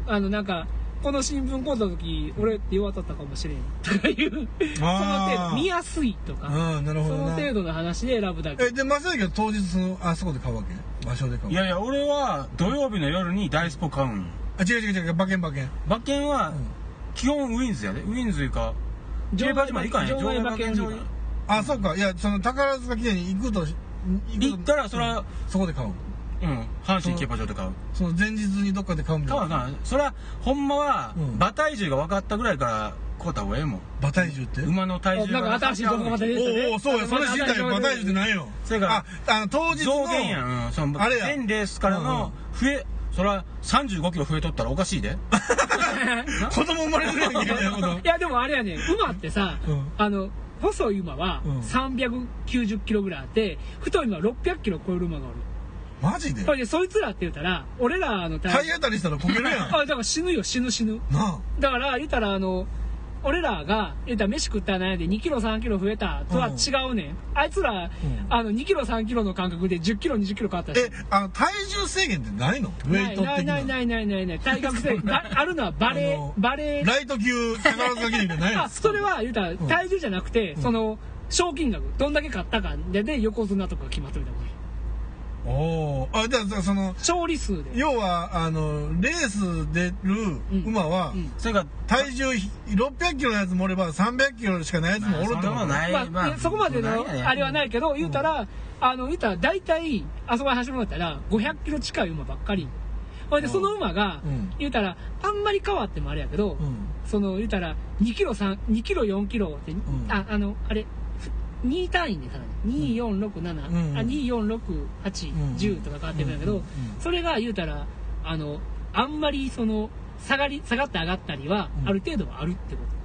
[SPEAKER 2] あのなんかこの新聞買うた時俺って言われたったかもしれんとかいうその
[SPEAKER 1] あー
[SPEAKER 2] 程度見やすいとか
[SPEAKER 1] うんなるほ
[SPEAKER 2] そ
[SPEAKER 1] ど
[SPEAKER 2] の
[SPEAKER 1] な
[SPEAKER 2] 程度の話で選ぶだけ
[SPEAKER 1] えで正行は当日そのあそこで買うわけ場所で買うわ
[SPEAKER 3] い
[SPEAKER 1] け
[SPEAKER 3] やいや俺は土曜日の夜にダイスポ買うんよ
[SPEAKER 1] あ違う違う違う馬券馬券
[SPEAKER 3] 馬券は
[SPEAKER 1] うん
[SPEAKER 3] 基本ウィンズやでウィンズいうか競馬場まで行かへん
[SPEAKER 2] 場外馬券
[SPEAKER 3] 場
[SPEAKER 2] 場
[SPEAKER 3] 外馬
[SPEAKER 2] に
[SPEAKER 3] 券
[SPEAKER 1] あそうかいやその宝塚記念に行くとし行くと
[SPEAKER 3] 行ったらそれは
[SPEAKER 1] そこで買う
[SPEAKER 3] うん阪神競馬場で買う
[SPEAKER 1] その前日にどっかで買うみた
[SPEAKER 3] 買わ
[SPEAKER 1] いな
[SPEAKER 3] なそれはほんまは
[SPEAKER 1] うん
[SPEAKER 3] 馬体重が分かったぐらいから買うた方がええもん
[SPEAKER 1] 馬体重って
[SPEAKER 3] 馬の体重
[SPEAKER 2] なんか新しい動画また出てきたね
[SPEAKER 1] おうおうそうやそれ知りたいよ馬体重って何よ
[SPEAKER 3] それが
[SPEAKER 1] ああの当日の
[SPEAKER 3] 増減やん、うん、その
[SPEAKER 1] あれや
[SPEAKER 3] 全レースからの増えそれは3 5キロ増えとったらおかしいで
[SPEAKER 1] 子供生まれてるやんけみたいなこと
[SPEAKER 2] いやでもあれやね馬ってさ、
[SPEAKER 1] うん
[SPEAKER 2] あの細い馬は
[SPEAKER 1] うん
[SPEAKER 2] 390キロぐらいあって、太い馬は600キロ超える馬がおる
[SPEAKER 1] マジで
[SPEAKER 2] それでそいつらって言ったら俺らの
[SPEAKER 1] 体当たりしたらこけるやんな
[SPEAKER 2] あだから死ぬよ死ぬ死ぬ
[SPEAKER 1] あ
[SPEAKER 2] だから言ったらあの俺らが言ったら飯食ったらなんやで2キロ3キロ増えたとは違うねん、あいつ
[SPEAKER 1] う
[SPEAKER 2] ら、
[SPEAKER 1] ん
[SPEAKER 2] あの2キロ3キロの感覚で1 0キロ2 0キロ変わったりし
[SPEAKER 1] えあの体重制限ってないのウェイト
[SPEAKER 2] ない
[SPEAKER 1] 的
[SPEAKER 2] ないないないないない体格 制ばあるのはバレ
[SPEAKER 1] あ
[SPEAKER 2] ー
[SPEAKER 1] の
[SPEAKER 2] バレー
[SPEAKER 1] ライト級宝塚記念みたいなのないの
[SPEAKER 2] あそれは言うたら体重じゃなくて、その賞金額どんだけ買ったかでで横綱とか決まっといた方がいい
[SPEAKER 1] おおあじゃあじゃあその
[SPEAKER 2] 勝利数で
[SPEAKER 1] 要はあのレース出る馬は、
[SPEAKER 2] うん
[SPEAKER 3] それが
[SPEAKER 1] 体重600キロのやつもおれば300キロしかないやつもおるって
[SPEAKER 3] そん
[SPEAKER 1] こと
[SPEAKER 3] なもんない
[SPEAKER 2] まあそこまでのあれはないいけど、言うたら、あの言うたら大体あそこに走るんだったら500キロ近い馬ばっかりほいでその馬が、
[SPEAKER 1] うん
[SPEAKER 2] 言うたらあんまり変わってもあれやけど、
[SPEAKER 1] うん
[SPEAKER 2] その言うたら2キロ3 2キロ4キロって、
[SPEAKER 1] ん
[SPEAKER 2] ああのあれ2単位でただね2467、
[SPEAKER 1] うん
[SPEAKER 2] あ
[SPEAKER 1] うん
[SPEAKER 2] 24680とか変わってくるんだけど、
[SPEAKER 1] うんうん
[SPEAKER 2] それが言うたらあのあんまりその下がり下がって上がったりは、
[SPEAKER 1] うん
[SPEAKER 2] ある程度はあるってこと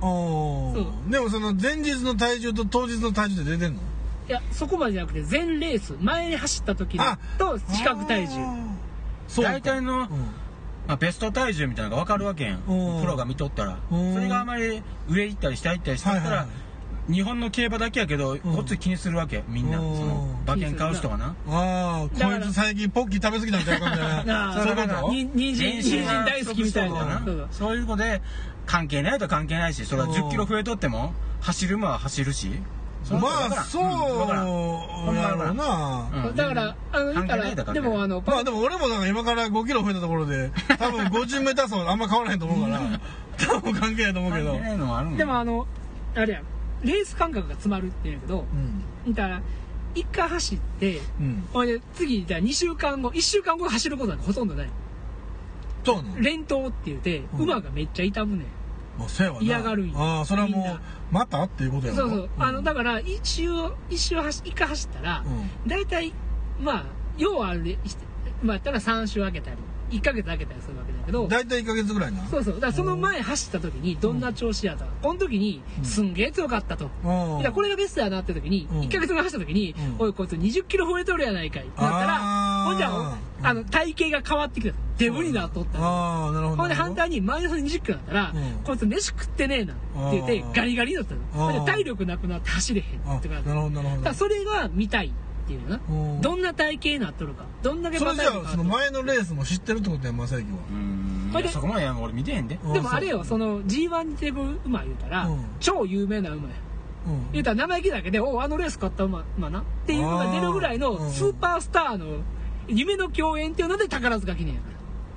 [SPEAKER 1] お
[SPEAKER 2] そう
[SPEAKER 1] ーでもその前日の体重と当日の体重って出てんの
[SPEAKER 2] いやそこまでじゃなくて全レース前に走った時
[SPEAKER 1] あ
[SPEAKER 2] と比較体重
[SPEAKER 1] あーそうか
[SPEAKER 3] 大体の、
[SPEAKER 1] う
[SPEAKER 3] まあ、ベスト体重みたいなのが分かるわけやん
[SPEAKER 1] うん
[SPEAKER 3] プロが見とったら
[SPEAKER 1] うん
[SPEAKER 3] それがあまり上行ったり下行ったりしとったら、
[SPEAKER 1] はいはいは
[SPEAKER 3] 日本の競馬だけやけど、こっち気にするわけみんなそ
[SPEAKER 1] うん、
[SPEAKER 3] の馬券買う人はなん
[SPEAKER 1] あ
[SPEAKER 2] だか
[SPEAKER 1] あ
[SPEAKER 2] ら
[SPEAKER 1] こいつ最近ポッキー食べ過ぎたんちゃうかみたい
[SPEAKER 2] な
[SPEAKER 1] な
[SPEAKER 2] あ
[SPEAKER 1] そういうこ
[SPEAKER 3] だから
[SPEAKER 1] と
[SPEAKER 2] に人参人参大好きみたいな
[SPEAKER 3] そうそういうことで関係ないと関係ないしそれは
[SPEAKER 1] うん
[SPEAKER 3] 1 0キロ増えとっても走る馬は走るしその人
[SPEAKER 1] ま
[SPEAKER 3] 分から
[SPEAKER 1] あ
[SPEAKER 3] ん
[SPEAKER 1] そう
[SPEAKER 3] 分からんん
[SPEAKER 1] やろうな
[SPEAKER 3] うん
[SPEAKER 2] だからあの言っ
[SPEAKER 3] 関係
[SPEAKER 2] た
[SPEAKER 3] ないだ
[SPEAKER 2] ら
[SPEAKER 3] から
[SPEAKER 2] でもあの
[SPEAKER 1] まあでも俺もなんか今から5キロ増えたところで多分50メーター走あんま変わらへんと思うから多分関係ないと思うけ
[SPEAKER 3] 関
[SPEAKER 1] ど
[SPEAKER 3] 係ないのもあるんや
[SPEAKER 2] でもあのあれやレース感覚が詰まるって言うんやけど
[SPEAKER 1] うん
[SPEAKER 2] 言ったら1回走って
[SPEAKER 1] うん
[SPEAKER 2] ほいで次じゃ2週間後1週間後走ることなんかほとんどない
[SPEAKER 1] そうなの
[SPEAKER 2] 連投って言って
[SPEAKER 1] うん
[SPEAKER 2] 馬がめっちゃ痛むねん
[SPEAKER 1] まあ、そうやわな
[SPEAKER 2] 嫌がるんよ
[SPEAKER 1] ああそれは
[SPEAKER 2] みん
[SPEAKER 1] も
[SPEAKER 2] な
[SPEAKER 1] うまたっていうことや
[SPEAKER 2] そ
[SPEAKER 1] ろ
[SPEAKER 2] うそうあのだから一周一周走一回走ったら
[SPEAKER 1] う
[SPEAKER 2] 大体まあ要はあれしてまあやったら3週開けたり1ヶ月開けたりするわけだけど
[SPEAKER 1] ん大体1か月ぐらいな
[SPEAKER 2] そうそうだからその前走った時にどんな調子やとかこの時にすんげえ強かったと。
[SPEAKER 1] うん
[SPEAKER 2] いやこれがベストやなって時に、
[SPEAKER 1] うん
[SPEAKER 2] 1ヶ月後走った時に、
[SPEAKER 1] うん
[SPEAKER 2] おいこいつ20キロ増えとるやないかいってなった
[SPEAKER 1] あ
[SPEAKER 2] ら
[SPEAKER 1] ー
[SPEAKER 2] ほんじゃ
[SPEAKER 1] うん
[SPEAKER 2] あの体型が変わってきたデブになっとったり
[SPEAKER 1] ああなるほど
[SPEAKER 2] ほんで反対にマイナス20キロだったら、
[SPEAKER 1] うん
[SPEAKER 2] こいつ飯食ってねえなって言って
[SPEAKER 1] あー
[SPEAKER 2] ガリガリになったの
[SPEAKER 1] あー
[SPEAKER 2] ほんで体力なくなって走れへん
[SPEAKER 1] あ
[SPEAKER 2] って
[SPEAKER 1] な
[SPEAKER 2] なっ
[SPEAKER 1] る
[SPEAKER 2] ただ
[SPEAKER 1] ほどなるほ
[SPEAKER 2] から
[SPEAKER 1] ど
[SPEAKER 2] それが見たいっていうな、
[SPEAKER 1] うん
[SPEAKER 2] どんな体型になっとるかどんだけ
[SPEAKER 1] それじゃ
[SPEAKER 2] バ
[SPEAKER 1] あ
[SPEAKER 2] タ
[SPEAKER 1] そ
[SPEAKER 2] イム
[SPEAKER 1] の
[SPEAKER 2] があっ
[SPEAKER 1] 前のレースも知ってるってことや正行は
[SPEAKER 3] うん
[SPEAKER 2] これで
[SPEAKER 3] そこまでやん俺見てへんで
[SPEAKER 1] うん
[SPEAKER 2] とかでもあれよその G1 に出てくる馬言うたら、
[SPEAKER 1] うん
[SPEAKER 2] 超有名な馬や
[SPEAKER 1] うん
[SPEAKER 2] 言うたら生意気だけで「おうあのレース買った馬馬な」っていうのが出るぐらい
[SPEAKER 1] あーう
[SPEAKER 2] の
[SPEAKER 1] ん
[SPEAKER 2] スーパースターの夢の共演っていうので宝塚記念やか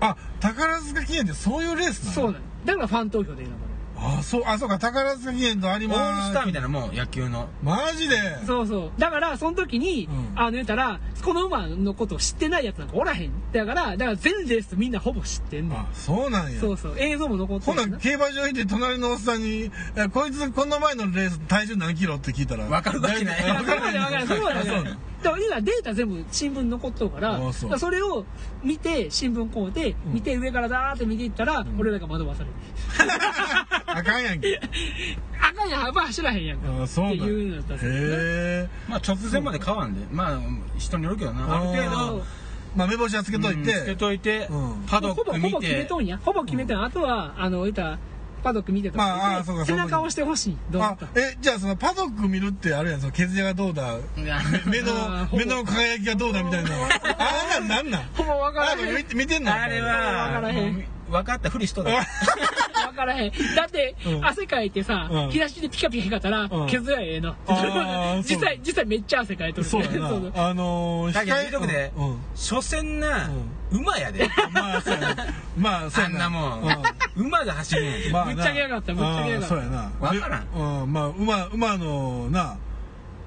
[SPEAKER 2] ら、
[SPEAKER 1] あ宝塚記念ってそういうレースなの
[SPEAKER 2] そうなんよだからファン投票で選ば
[SPEAKER 1] あそうあそうか宝塚記念と有
[SPEAKER 3] オ
[SPEAKER 1] 馬
[SPEAKER 3] ールスターみたいなもん野球の
[SPEAKER 1] マジで
[SPEAKER 2] れるそうそうだからその時に、
[SPEAKER 1] うん
[SPEAKER 2] あの言うたらこの馬のことを知ってないやつなんかおらへんだからだから全レースみんなほぼ知ってんの
[SPEAKER 1] あそうなんや
[SPEAKER 2] そうそう映像も残って
[SPEAKER 1] ほ
[SPEAKER 2] るし
[SPEAKER 1] な競馬場行って隣のおっさんに「えこいつこの前のレース体重何キロ?」って聞いたら
[SPEAKER 3] わかるわけない
[SPEAKER 1] 大
[SPEAKER 2] あ
[SPEAKER 1] 体
[SPEAKER 2] そこまで分かるそこまで
[SPEAKER 1] あ そう
[SPEAKER 2] 分か
[SPEAKER 1] な
[SPEAKER 2] る
[SPEAKER 1] の
[SPEAKER 2] だから今データ全部新聞に残っとるから
[SPEAKER 1] あ
[SPEAKER 2] だ
[SPEAKER 1] そう
[SPEAKER 2] からそれを見て新聞こうで見て上からダーって見ていったら、俺らが惑わされる
[SPEAKER 1] あかんやんけ
[SPEAKER 2] あかんやん、走らへんやんか。
[SPEAKER 1] あそうなん
[SPEAKER 2] って
[SPEAKER 1] や
[SPEAKER 2] いうのだったんですよね。
[SPEAKER 1] へえ
[SPEAKER 3] まあ直前まで買わんでまあ人によるけどなあ
[SPEAKER 1] あー
[SPEAKER 2] そ
[SPEAKER 3] る程
[SPEAKER 2] う
[SPEAKER 3] 度
[SPEAKER 1] まあ目星はつけとい
[SPEAKER 3] うん
[SPEAKER 1] て
[SPEAKER 3] つけといて
[SPEAKER 1] うん
[SPEAKER 3] パ
[SPEAKER 2] もう
[SPEAKER 3] ド
[SPEAKER 2] ほ
[SPEAKER 3] ッ
[SPEAKER 2] ぼほ
[SPEAKER 3] ク見
[SPEAKER 2] ぼ決め
[SPEAKER 3] て
[SPEAKER 2] とんや。ほぼ決めとんや。あとは、あの、言ったらパドック見てた
[SPEAKER 1] まあああそうか
[SPEAKER 2] 背
[SPEAKER 1] その
[SPEAKER 2] 中
[SPEAKER 1] 時
[SPEAKER 2] を押してほしいどう
[SPEAKER 1] あ
[SPEAKER 2] と
[SPEAKER 1] えじゃあそのパドック見るってあるやんその血液がどうだ目の
[SPEAKER 2] あーほ
[SPEAKER 1] 目
[SPEAKER 2] ぼ
[SPEAKER 1] の輝きがどうだみたいなあんなんなんなん
[SPEAKER 2] ほぼ分から
[SPEAKER 1] あ
[SPEAKER 2] へん
[SPEAKER 1] 見て見てんの
[SPEAKER 3] あれ
[SPEAKER 2] わから
[SPEAKER 3] は
[SPEAKER 2] へん
[SPEAKER 3] もう分かったふり しとる
[SPEAKER 2] 分からへんだって、
[SPEAKER 1] うん
[SPEAKER 2] 汗かいてさ、
[SPEAKER 1] うん
[SPEAKER 2] 日差しでピカピカ光ったら、
[SPEAKER 1] うん
[SPEAKER 2] 削らええな
[SPEAKER 1] あー
[SPEAKER 2] 実際実際めっちゃ汗かいとる
[SPEAKER 1] そうや
[SPEAKER 2] そうそう
[SPEAKER 1] なあのー
[SPEAKER 3] だけど見とくで
[SPEAKER 1] うんうん
[SPEAKER 3] 所詮な馬やで
[SPEAKER 1] まあそうやなまあそう
[SPEAKER 3] あ
[SPEAKER 1] や
[SPEAKER 3] んなもん馬が走るんやで
[SPEAKER 1] まあな
[SPEAKER 2] ぶっちゃけやがったぶっちゃけやがった
[SPEAKER 1] あーそうやな
[SPEAKER 3] わから
[SPEAKER 1] んうんまあ馬馬のな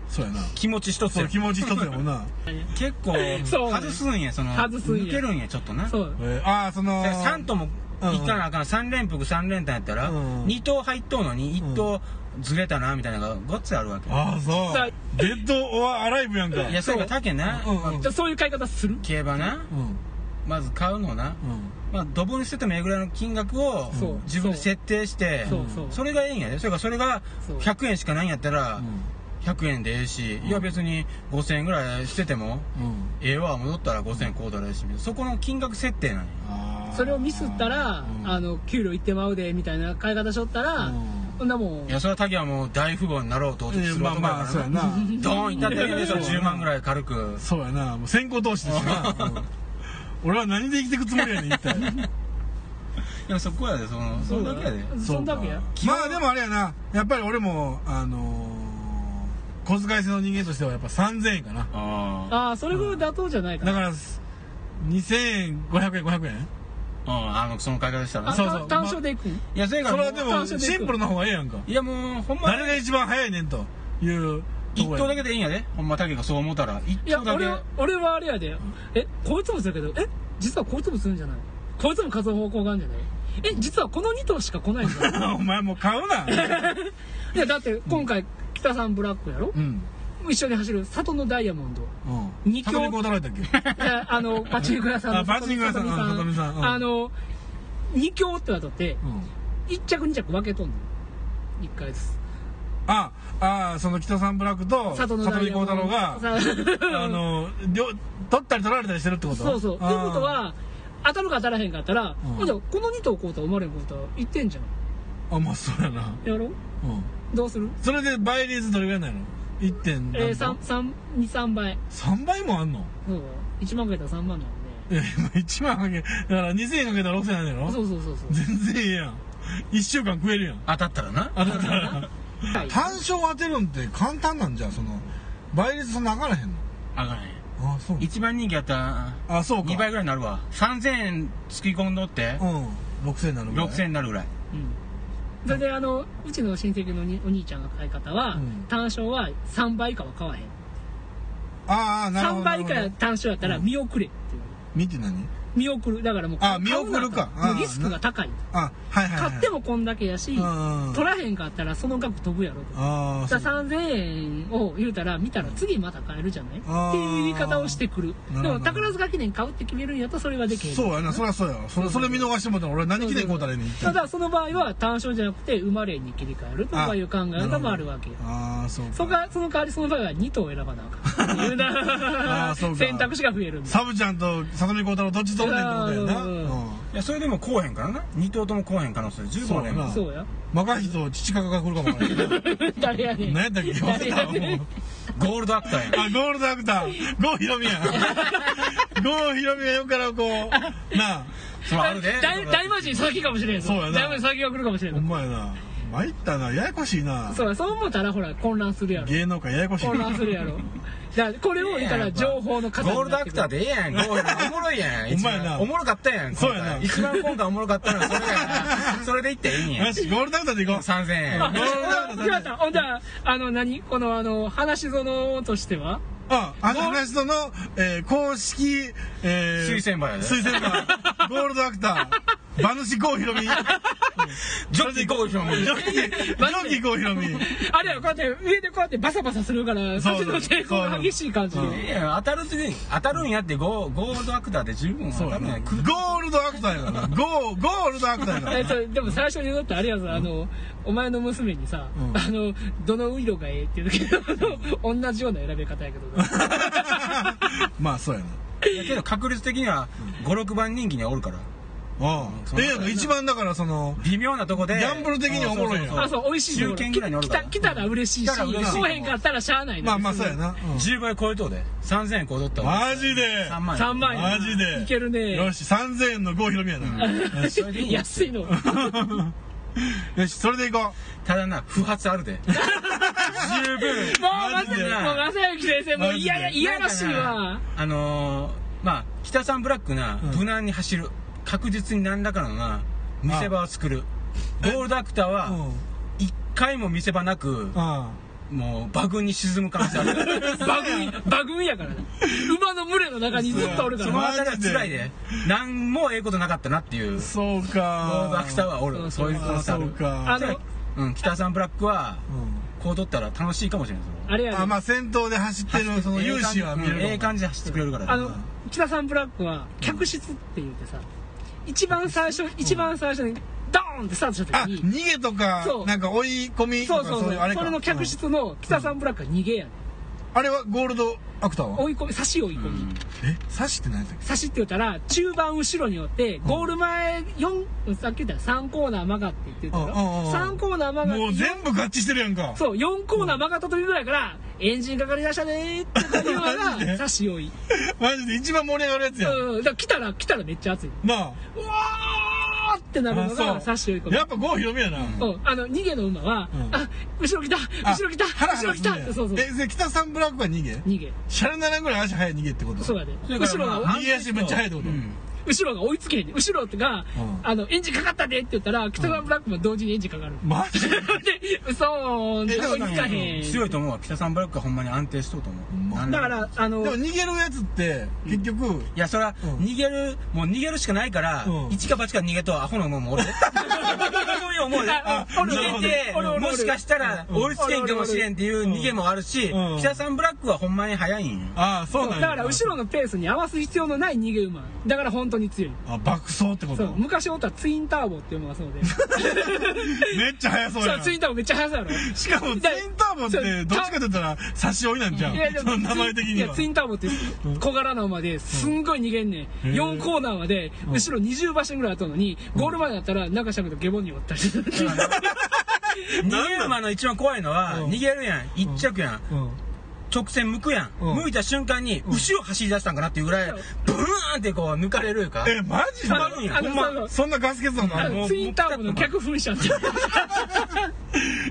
[SPEAKER 1] そうやな
[SPEAKER 3] 気持ち一つ
[SPEAKER 1] そ
[SPEAKER 3] や
[SPEAKER 1] う気持ち一つやもんな
[SPEAKER 3] 結構
[SPEAKER 2] そう
[SPEAKER 3] 外すんやその
[SPEAKER 2] 外すんや
[SPEAKER 3] 抜けるんやちょっとな
[SPEAKER 2] そう
[SPEAKER 1] えーああその
[SPEAKER 3] 3頭も行かなあかん3連複3連単やったら
[SPEAKER 1] うん
[SPEAKER 3] 2頭入っとうのに1頭ずれたなみたいなのがごっつあるわけ
[SPEAKER 1] ああ
[SPEAKER 2] さ
[SPEAKER 1] そうデッド・オア・アライブやんか
[SPEAKER 3] いやそうかけな
[SPEAKER 1] うんうん
[SPEAKER 2] じゃあそういう買い方する
[SPEAKER 3] 競馬な
[SPEAKER 1] うん
[SPEAKER 3] まず買うの
[SPEAKER 1] う
[SPEAKER 3] な
[SPEAKER 1] ん
[SPEAKER 3] まあドブに捨ててもええぐらいの金額を
[SPEAKER 2] そう
[SPEAKER 3] 自分で設定して
[SPEAKER 2] そうそう
[SPEAKER 3] それがええんやでそれからそれが
[SPEAKER 2] そう
[SPEAKER 3] 100円しかないんやったら
[SPEAKER 1] うん
[SPEAKER 3] 100円でええしいや別に5000円ぐらい捨てても
[SPEAKER 1] うん
[SPEAKER 3] ええわ戻ったら5000円買うたらええしそこの金額設定なんや
[SPEAKER 1] あー
[SPEAKER 2] それをミスったら、
[SPEAKER 1] うん
[SPEAKER 2] あの給料行ってまうでみたいな買い方しとったら、
[SPEAKER 1] うん
[SPEAKER 2] そんなもん
[SPEAKER 3] いやそれは滝はもう大富豪になろうと
[SPEAKER 1] え
[SPEAKER 3] す
[SPEAKER 1] ー
[SPEAKER 3] る
[SPEAKER 1] まあ
[SPEAKER 3] 男や
[SPEAKER 1] ま
[SPEAKER 3] か
[SPEAKER 1] あそう
[SPEAKER 3] ら
[SPEAKER 1] や
[SPEAKER 3] な
[SPEAKER 1] な
[SPEAKER 3] ドーンいったってでしょ
[SPEAKER 1] うん
[SPEAKER 3] 10万ぐらい軽く
[SPEAKER 1] そうやなもう先行投資ですな、うん俺は何で生きてくつもりやねん一体
[SPEAKER 3] いやそこやでそのそれだけやで
[SPEAKER 2] そんだけや
[SPEAKER 1] そうかまあでもあれやなやっぱり俺もあのー小遣い制の人間としてはやっぱ3000円かな
[SPEAKER 3] ああ
[SPEAKER 2] ああそれぐらい妥当じゃないか
[SPEAKER 1] だ
[SPEAKER 2] な
[SPEAKER 1] から2500円500円
[SPEAKER 3] うんあのその買い方したら
[SPEAKER 2] あ
[SPEAKER 3] な
[SPEAKER 1] そうそう
[SPEAKER 2] 単単勝でいくん
[SPEAKER 3] いやそれが
[SPEAKER 1] それは
[SPEAKER 3] も
[SPEAKER 1] で
[SPEAKER 3] う
[SPEAKER 1] もシンプルな方がええやんか
[SPEAKER 3] いやもうほんま
[SPEAKER 1] 誰が一番早いねんというと
[SPEAKER 3] 一
[SPEAKER 1] こや
[SPEAKER 3] 頭だけでいいんやでほんま竹がそう思ったら一
[SPEAKER 2] いや
[SPEAKER 3] 頭だけ
[SPEAKER 2] 俺は俺はあれやでえこいつもするけどえ実はこいつもするんじゃないこいつも数う方向があるんじゃないえ実はこの2頭しか来ないんじ ゃな い
[SPEAKER 1] お前もう買うな
[SPEAKER 2] いやだって今回北さんブラックやろ
[SPEAKER 1] うん
[SPEAKER 2] 一緒に走る里のダイヤモンド
[SPEAKER 1] うん
[SPEAKER 2] 二強
[SPEAKER 1] 里見孝太郎やったっ け
[SPEAKER 2] いや あのパチンコ屋さんの
[SPEAKER 1] あパチンコ屋さん
[SPEAKER 2] 里
[SPEAKER 1] うん里
[SPEAKER 2] 見
[SPEAKER 1] 見さんうん
[SPEAKER 2] あの2強って渡って
[SPEAKER 1] うん
[SPEAKER 2] 1着2着分けとんの1回ずつ
[SPEAKER 1] ああその北さんブラックと里
[SPEAKER 2] 里
[SPEAKER 1] 見
[SPEAKER 2] のダイヤモ
[SPEAKER 1] 孝
[SPEAKER 2] ン
[SPEAKER 1] 太
[SPEAKER 2] ド
[SPEAKER 1] 郎が
[SPEAKER 2] さ
[SPEAKER 1] あの両取ったり取られたりしてるってこと
[SPEAKER 2] そうそう。と
[SPEAKER 1] あ
[SPEAKER 2] い
[SPEAKER 1] ー
[SPEAKER 2] うことは、当たるか当たらへんかったら、
[SPEAKER 1] うん
[SPEAKER 2] ほんじゃこの2頭こうと思われんことは言ってんじゃん。
[SPEAKER 1] あまあそうやな
[SPEAKER 2] やろう
[SPEAKER 1] うん
[SPEAKER 2] どうする
[SPEAKER 1] それで倍率どれぐらいなの ?1. 点
[SPEAKER 2] えー、
[SPEAKER 1] 何
[SPEAKER 2] 3、3、2、3倍。
[SPEAKER 1] 三倍もあんの
[SPEAKER 2] そう。1万かけたら3万なん
[SPEAKER 1] え1万かけだから2000円かけたら6000円なんだ
[SPEAKER 2] で。そ
[SPEAKER 1] ろ
[SPEAKER 2] うそうそうそう。
[SPEAKER 1] 全然ええやん1週間食えるやん
[SPEAKER 3] 当たったらな
[SPEAKER 1] あだから
[SPEAKER 2] はい
[SPEAKER 1] 単勝当てるんって簡単なんじゃんその倍率そんな上がらへんの
[SPEAKER 3] あかんへん
[SPEAKER 1] あそう
[SPEAKER 3] 一番人気やったら
[SPEAKER 1] あそうか
[SPEAKER 3] 2倍ぐらいになるわ3000円突き込んどって
[SPEAKER 1] うん6000なのぐらい
[SPEAKER 3] 6000円になるぐらい
[SPEAKER 2] うん。それで、あの、うちの親戚のにお兄ちゃんの買い方は、
[SPEAKER 1] うん
[SPEAKER 2] 単勝は3倍以下は買わへん。
[SPEAKER 1] ああなるほど
[SPEAKER 2] 3倍以下
[SPEAKER 1] なるほど
[SPEAKER 2] 単勝やったら見送れっていう。
[SPEAKER 1] 見て何
[SPEAKER 2] 見送る。だからもう、
[SPEAKER 1] あ見送るか
[SPEAKER 2] 買うなともう
[SPEAKER 1] あー
[SPEAKER 2] リスクが高い。
[SPEAKER 1] あはいはい、はい、
[SPEAKER 2] 買ってもこんだけやし、
[SPEAKER 1] うんうん
[SPEAKER 2] 取らへんかったらその額飛ぶやろと。
[SPEAKER 1] ああ
[SPEAKER 2] だ
[SPEAKER 1] そう
[SPEAKER 2] 3000円を言うたら見たら次また買えるじゃない
[SPEAKER 1] あー
[SPEAKER 2] っていう言い方をしてくる
[SPEAKER 1] なるほど
[SPEAKER 2] でも宝塚記念買うって決めるんやったらそれはできへん
[SPEAKER 1] そうやなそりゃそうやわそれそれ見逃してもうたら俺何着てこうたらええねん一体
[SPEAKER 2] ただその場合は単勝じゃなくて馬連に切り替えるとかいう考え方もあるわけよ
[SPEAKER 1] ああそうか
[SPEAKER 2] そこはその代わりその場合は2頭選ばなあかんっていう
[SPEAKER 1] あー
[SPEAKER 2] な
[SPEAKER 1] そうか
[SPEAKER 2] 選択肢が増えるんだ
[SPEAKER 1] サブちゃんと里見孝太郎どっち取るねんってことやな、
[SPEAKER 2] う
[SPEAKER 1] うんん、
[SPEAKER 3] いやそれでもこうへんからな2頭ともこうへん可能性十分あるやん
[SPEAKER 1] そうやな
[SPEAKER 2] そうや
[SPEAKER 1] 若い人父方が来るかもわからない
[SPEAKER 2] 誰やねん
[SPEAKER 1] 何やったっ け忘れたもう
[SPEAKER 3] ゴールドアクターやん
[SPEAKER 1] あ、ゴールドアクター。ゴーヒロ ミやん。ゴーヒロミがよからこう、なあ、
[SPEAKER 3] それあるで
[SPEAKER 2] 大大魔神佐々木かもしれんぞ
[SPEAKER 1] そうやな
[SPEAKER 2] 大魔神佐々木が来るかもしれん
[SPEAKER 1] ほ
[SPEAKER 2] ぞ
[SPEAKER 1] んまやな。参ったな、ややこしいな。
[SPEAKER 2] そうやそう思ったらほら混乱するやろ
[SPEAKER 1] 芸能界ややこしい
[SPEAKER 2] 混乱
[SPEAKER 1] な。
[SPEAKER 2] するやろだからこれを言ったら情報の
[SPEAKER 3] ゴ
[SPEAKER 2] 型
[SPEAKER 3] ー
[SPEAKER 2] に
[SPEAKER 3] ル
[SPEAKER 2] なって
[SPEAKER 3] ドアク
[SPEAKER 2] くる
[SPEAKER 3] ターでええやんゴールドおもろ いやん
[SPEAKER 1] ほんまやな
[SPEAKER 3] 一番おもろかったやん今回
[SPEAKER 1] そうやな
[SPEAKER 3] 一番今回おもろかったのはそれやなそれでいっていいんや
[SPEAKER 1] よし、ゴールドアクターで行こう。
[SPEAKER 3] 3000円
[SPEAKER 2] あ決まった。ほんじゃあ、あの、何この、あの、話し園としては
[SPEAKER 1] あ、あの話との、えー公式、えー
[SPEAKER 3] 推薦馬やで
[SPEAKER 1] 推薦馬。ゴールドアクター。馬主ゴーヒロミ。ジョ
[SPEAKER 3] ジョッキーゴールドも
[SPEAKER 1] ッキ、ジョッキゴーヒロミ。
[SPEAKER 2] あれや、こうやって、上でこうやってバサバサするから、
[SPEAKER 1] そ
[SPEAKER 2] そうっ
[SPEAKER 1] そ
[SPEAKER 2] ち
[SPEAKER 1] う
[SPEAKER 2] の抵抗が激しい感じ
[SPEAKER 1] そう
[SPEAKER 2] で。
[SPEAKER 3] いや当たる時に当たるんやってゴーゴールドアクターで十分
[SPEAKER 1] そ
[SPEAKER 3] 当
[SPEAKER 1] うや
[SPEAKER 3] たるん
[SPEAKER 1] な
[SPEAKER 3] や
[SPEAKER 1] ゴ
[SPEAKER 3] く
[SPEAKER 1] ールドアクターやからな。ゴー、ゴールドアクターやから
[SPEAKER 2] え
[SPEAKER 1] な。
[SPEAKER 2] それでも最初に言うのってあれやぞ、あの、お前の娘にさ、
[SPEAKER 1] うん
[SPEAKER 2] あの、どの色がええって言うけど、あの同じような選び方やけどな、
[SPEAKER 1] まあ、そうやな。
[SPEAKER 3] いやけど確率的には56番人気にはおるからうん
[SPEAKER 1] ええやんか一番だからその
[SPEAKER 3] 微妙なとこで
[SPEAKER 1] ギャンブル的におもろいやん
[SPEAKER 3] そうそうそう
[SPEAKER 2] あ、そう、美味しいとこ
[SPEAKER 3] 中堅ぐらいにおる
[SPEAKER 2] 来
[SPEAKER 3] か
[SPEAKER 2] た、
[SPEAKER 3] ら
[SPEAKER 2] 来たら嬉しい
[SPEAKER 3] 来
[SPEAKER 2] し、
[SPEAKER 3] たら嬉しい
[SPEAKER 2] 来おへんかったらしゃあないの
[SPEAKER 1] まあまあそうや。な、うん
[SPEAKER 3] 10倍超えとうで3000円超えとったわ
[SPEAKER 1] マジで
[SPEAKER 3] 3万円
[SPEAKER 2] 3万円。
[SPEAKER 1] マジで
[SPEAKER 2] いけるね。
[SPEAKER 1] よし3000円の郷ひろみやな、
[SPEAKER 3] それでいいよ
[SPEAKER 2] 安いの。
[SPEAKER 1] よしそれでいこ
[SPEAKER 3] ただな不発あるで十分
[SPEAKER 2] もう、まず、
[SPEAKER 1] マジで
[SPEAKER 2] もう、正幸先生、も
[SPEAKER 1] マジ
[SPEAKER 2] う、
[SPEAKER 1] で
[SPEAKER 2] いやいや、いやらしいわ。
[SPEAKER 3] あのー、まあ北さんブラックな
[SPEAKER 1] うん
[SPEAKER 3] 無難に走る、確実に何らかのな見せ場を作るゴールドアクター
[SPEAKER 1] ううん
[SPEAKER 3] は一回も見せ場なく
[SPEAKER 1] あ
[SPEAKER 3] もう馬群に沈む可能性あ る
[SPEAKER 2] バグミ、バグミやからね。馬の群れの中にずっとおるか
[SPEAKER 3] そ
[SPEAKER 2] ら
[SPEAKER 3] の
[SPEAKER 2] な。
[SPEAKER 3] あたりは辛いで何もええことなかったなっていうゴ
[SPEAKER 1] そう
[SPEAKER 3] ールドア
[SPEAKER 1] か
[SPEAKER 3] クターはおる
[SPEAKER 2] そ
[SPEAKER 3] そ
[SPEAKER 2] そ
[SPEAKER 3] う
[SPEAKER 2] う
[SPEAKER 3] ういう可能
[SPEAKER 1] あ
[SPEAKER 3] 性ある
[SPEAKER 1] そうか
[SPEAKER 2] あの、
[SPEAKER 3] うん、北さんブラックは
[SPEAKER 1] う
[SPEAKER 3] こう取ったら楽しいかもしれない
[SPEAKER 2] あれ
[SPEAKER 1] ん
[SPEAKER 2] や
[SPEAKER 1] あ
[SPEAKER 2] ね。
[SPEAKER 1] まあ先頭で走ってるその勇姿は見れるかも
[SPEAKER 3] ええ感じで走ってくれるから
[SPEAKER 2] あの、北さんブラックは、客室って言ってさ、一番最初、一番最初に、ドーンってスタートした
[SPEAKER 1] あ
[SPEAKER 2] 時
[SPEAKER 1] 逃
[SPEAKER 2] に、
[SPEAKER 1] げと
[SPEAKER 2] そ
[SPEAKER 1] か
[SPEAKER 2] う
[SPEAKER 1] なんか追い込みと
[SPEAKER 2] そ
[SPEAKER 1] か
[SPEAKER 2] うそうそう、
[SPEAKER 1] あれか
[SPEAKER 2] それの客室の北さんブラックは逃げやね。
[SPEAKER 1] うんあれはゴールドアクターは
[SPEAKER 2] 追い込み、差し追い込み。
[SPEAKER 1] え刺しって何やったっけ
[SPEAKER 2] 差しって言ったら中盤後ろによってゴール前4さっき言ったら3コーナー曲がって言ってたよ
[SPEAKER 1] うんうんうん
[SPEAKER 2] 3コーナー曲がって
[SPEAKER 1] もう全部合致してるやんか
[SPEAKER 2] そう4コーナー曲がった時ぐらいからエンジンかかりだしたねーって言うの
[SPEAKER 1] マジで
[SPEAKER 2] が差し追い
[SPEAKER 1] マジで一番盛り上がるやつやん
[SPEAKER 2] うんだから来たら来たらめっちゃ熱いう
[SPEAKER 1] な
[SPEAKER 2] わーってなるの
[SPEAKER 1] あ
[SPEAKER 2] が
[SPEAKER 1] そう
[SPEAKER 2] 差し追い
[SPEAKER 1] あやっぱ郷ひろみやな
[SPEAKER 2] うんあの逃げの馬は、
[SPEAKER 1] うん
[SPEAKER 2] あ後ろ来た
[SPEAKER 1] あ
[SPEAKER 2] 後ろ来た
[SPEAKER 1] ハラハ
[SPEAKER 2] 後
[SPEAKER 1] ラ
[SPEAKER 2] ろ
[SPEAKER 1] する
[SPEAKER 2] 来た
[SPEAKER 1] やん
[SPEAKER 2] ってそうそう
[SPEAKER 1] えで北三ブラックは逃げ
[SPEAKER 2] 逃げ
[SPEAKER 1] シャレならんぐらい足早い逃げってこと
[SPEAKER 2] そうやで
[SPEAKER 3] それ
[SPEAKER 2] 後
[SPEAKER 3] から
[SPEAKER 2] ろ
[SPEAKER 3] まあ
[SPEAKER 2] が
[SPEAKER 1] 逃げ足めっちゃ速いってこと
[SPEAKER 3] うん
[SPEAKER 2] 後ろが追いつけへんね後ろが、
[SPEAKER 1] うん
[SPEAKER 2] あのエンジンかかったでって言ったら北川ブラックも同時にエンジンかかる、
[SPEAKER 1] マジで
[SPEAKER 2] で、嘘、追い
[SPEAKER 1] え
[SPEAKER 2] つ
[SPEAKER 1] でもなんか
[SPEAKER 2] かへん。
[SPEAKER 3] 強いと思うわ北さんブラックはほんまに安定しとうと思う
[SPEAKER 2] だから、あの
[SPEAKER 1] でも、逃げるやつって結局、
[SPEAKER 3] いやそれは
[SPEAKER 1] うん
[SPEAKER 3] 逃げる、もう逃げるしかないから、
[SPEAKER 1] うん
[SPEAKER 3] 一か八か逃げとうアホのもんも おるそういう思うで
[SPEAKER 2] あ
[SPEAKER 1] おる
[SPEAKER 3] 逃げて
[SPEAKER 2] おるおるおる
[SPEAKER 3] もしかしたら
[SPEAKER 1] うん
[SPEAKER 3] 追いつけんかもしれんっていう逃げもあるし、
[SPEAKER 1] うん
[SPEAKER 3] 北さんブラックはほんまに速いんよ
[SPEAKER 1] ああそうなん
[SPEAKER 2] だ
[SPEAKER 1] や
[SPEAKER 2] から後ろのペースに合わす必要のない逃げ馬。だから本当に強い。
[SPEAKER 1] あ爆走ってこ
[SPEAKER 2] そ
[SPEAKER 1] と
[SPEAKER 2] う、昔おったツインターボっていうのがそう で。
[SPEAKER 1] めっちゃ速そうや
[SPEAKER 2] そ
[SPEAKER 1] ん
[SPEAKER 2] う、ツインターボめっちゃ速 そうやろ。
[SPEAKER 1] しかもツインターボってどっちかって言ったら差し追いなんじゃん
[SPEAKER 2] いやで
[SPEAKER 1] そ
[SPEAKER 2] も
[SPEAKER 1] の名前的
[SPEAKER 2] い
[SPEAKER 1] に
[SPEAKER 2] や
[SPEAKER 1] は
[SPEAKER 2] ツインターボって小柄な馬ですんごい逃げんねん、
[SPEAKER 1] へえ
[SPEAKER 2] 4コーナーまで後ろ20馬身ぐらいあったのに、ゴール前だったら中しゃべとゲボにおったりしてた
[SPEAKER 3] 逃げる馬の一番怖いのは、
[SPEAKER 1] うん
[SPEAKER 3] 逃げるやん一着やん、
[SPEAKER 1] うん
[SPEAKER 3] 直線向くやん、
[SPEAKER 1] うん
[SPEAKER 3] 向いた瞬間に後ろ走り出したんかなっていうぐらい、
[SPEAKER 2] うん
[SPEAKER 3] ブーンってこう抜かれるいうか
[SPEAKER 1] えマジで
[SPEAKER 2] あ
[SPEAKER 3] るんや
[SPEAKER 2] あの
[SPEAKER 3] ほんま
[SPEAKER 2] そうそう
[SPEAKER 1] そんなガス欠なのあ
[SPEAKER 2] あ
[SPEAKER 1] る
[SPEAKER 2] の
[SPEAKER 1] の
[SPEAKER 2] ツインターボの逆噴 射って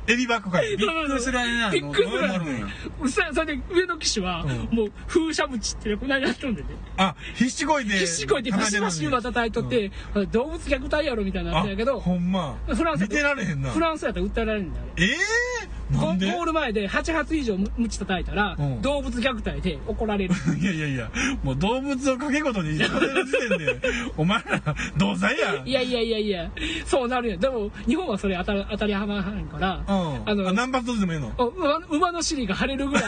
[SPEAKER 1] エビバックかい
[SPEAKER 3] びっくりするやんな
[SPEAKER 2] びっくりする
[SPEAKER 3] どうなるんや
[SPEAKER 2] うさそれで上の騎士は、
[SPEAKER 1] うん
[SPEAKER 2] もう風車ムチっていうこないだやっとんでね
[SPEAKER 1] あ必死こいて
[SPEAKER 2] 必死こいてバシバシ馬叩いとって、動物虐待やろみたいになっ
[SPEAKER 1] あ
[SPEAKER 2] てんやけど
[SPEAKER 1] ほんま
[SPEAKER 2] フランス
[SPEAKER 1] 見てられへんな
[SPEAKER 2] フランスやったら訴えられるんだよあれ
[SPEAKER 1] ええ
[SPEAKER 2] ゴ
[SPEAKER 1] なんで
[SPEAKER 2] ゴール前で8発以上ムムチ叩いたら、
[SPEAKER 1] うん
[SPEAKER 2] 動物虐待で怒られる
[SPEAKER 1] いやいやいやもう動物をかけ事にされる時点でお前ら同罪や
[SPEAKER 2] いやいやいやいやそうなるやんでも日本はそれ当たる当たりはまらへんから、
[SPEAKER 1] うん
[SPEAKER 2] あの
[SPEAKER 1] あ何発ずつでもいいの
[SPEAKER 2] お馬の馬の尻が腫れ るぐらい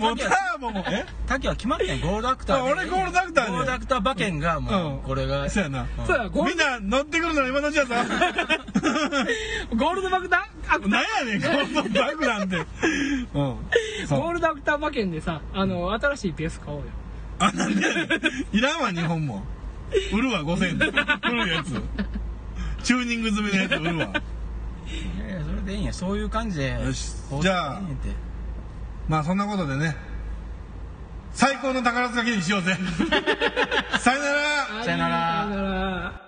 [SPEAKER 1] もうターボもえ
[SPEAKER 3] 滝は決まってんゴールドアクター
[SPEAKER 1] あ俺ゴールドアクターで
[SPEAKER 3] ゴールドアクター馬券が
[SPEAKER 1] う
[SPEAKER 3] も
[SPEAKER 1] ん
[SPEAKER 3] うこれが
[SPEAKER 1] そうやな
[SPEAKER 2] そうやゴー
[SPEAKER 1] みん
[SPEAKER 2] ルド
[SPEAKER 1] な乗ってくるなら今のうち やぞ
[SPEAKER 2] ゴールドバクターアクター
[SPEAKER 1] なんやねんゴールドバックなんてうんそう
[SPEAKER 2] ゴールドアクター馬券でさあの新しいベース買おうよ
[SPEAKER 1] あなんでやねんいらんわ日本も売るわ5000円で売るやつチューニング詰めのやつ売るわ
[SPEAKER 3] いやいやそれでいいんやそういう感じで
[SPEAKER 1] よし
[SPEAKER 3] こう
[SPEAKER 1] じゃあ
[SPEAKER 3] いいねんて
[SPEAKER 1] まあそんなことでね最高の宝塚記事にしようぜさよなら
[SPEAKER 3] さよなら
[SPEAKER 2] さよなら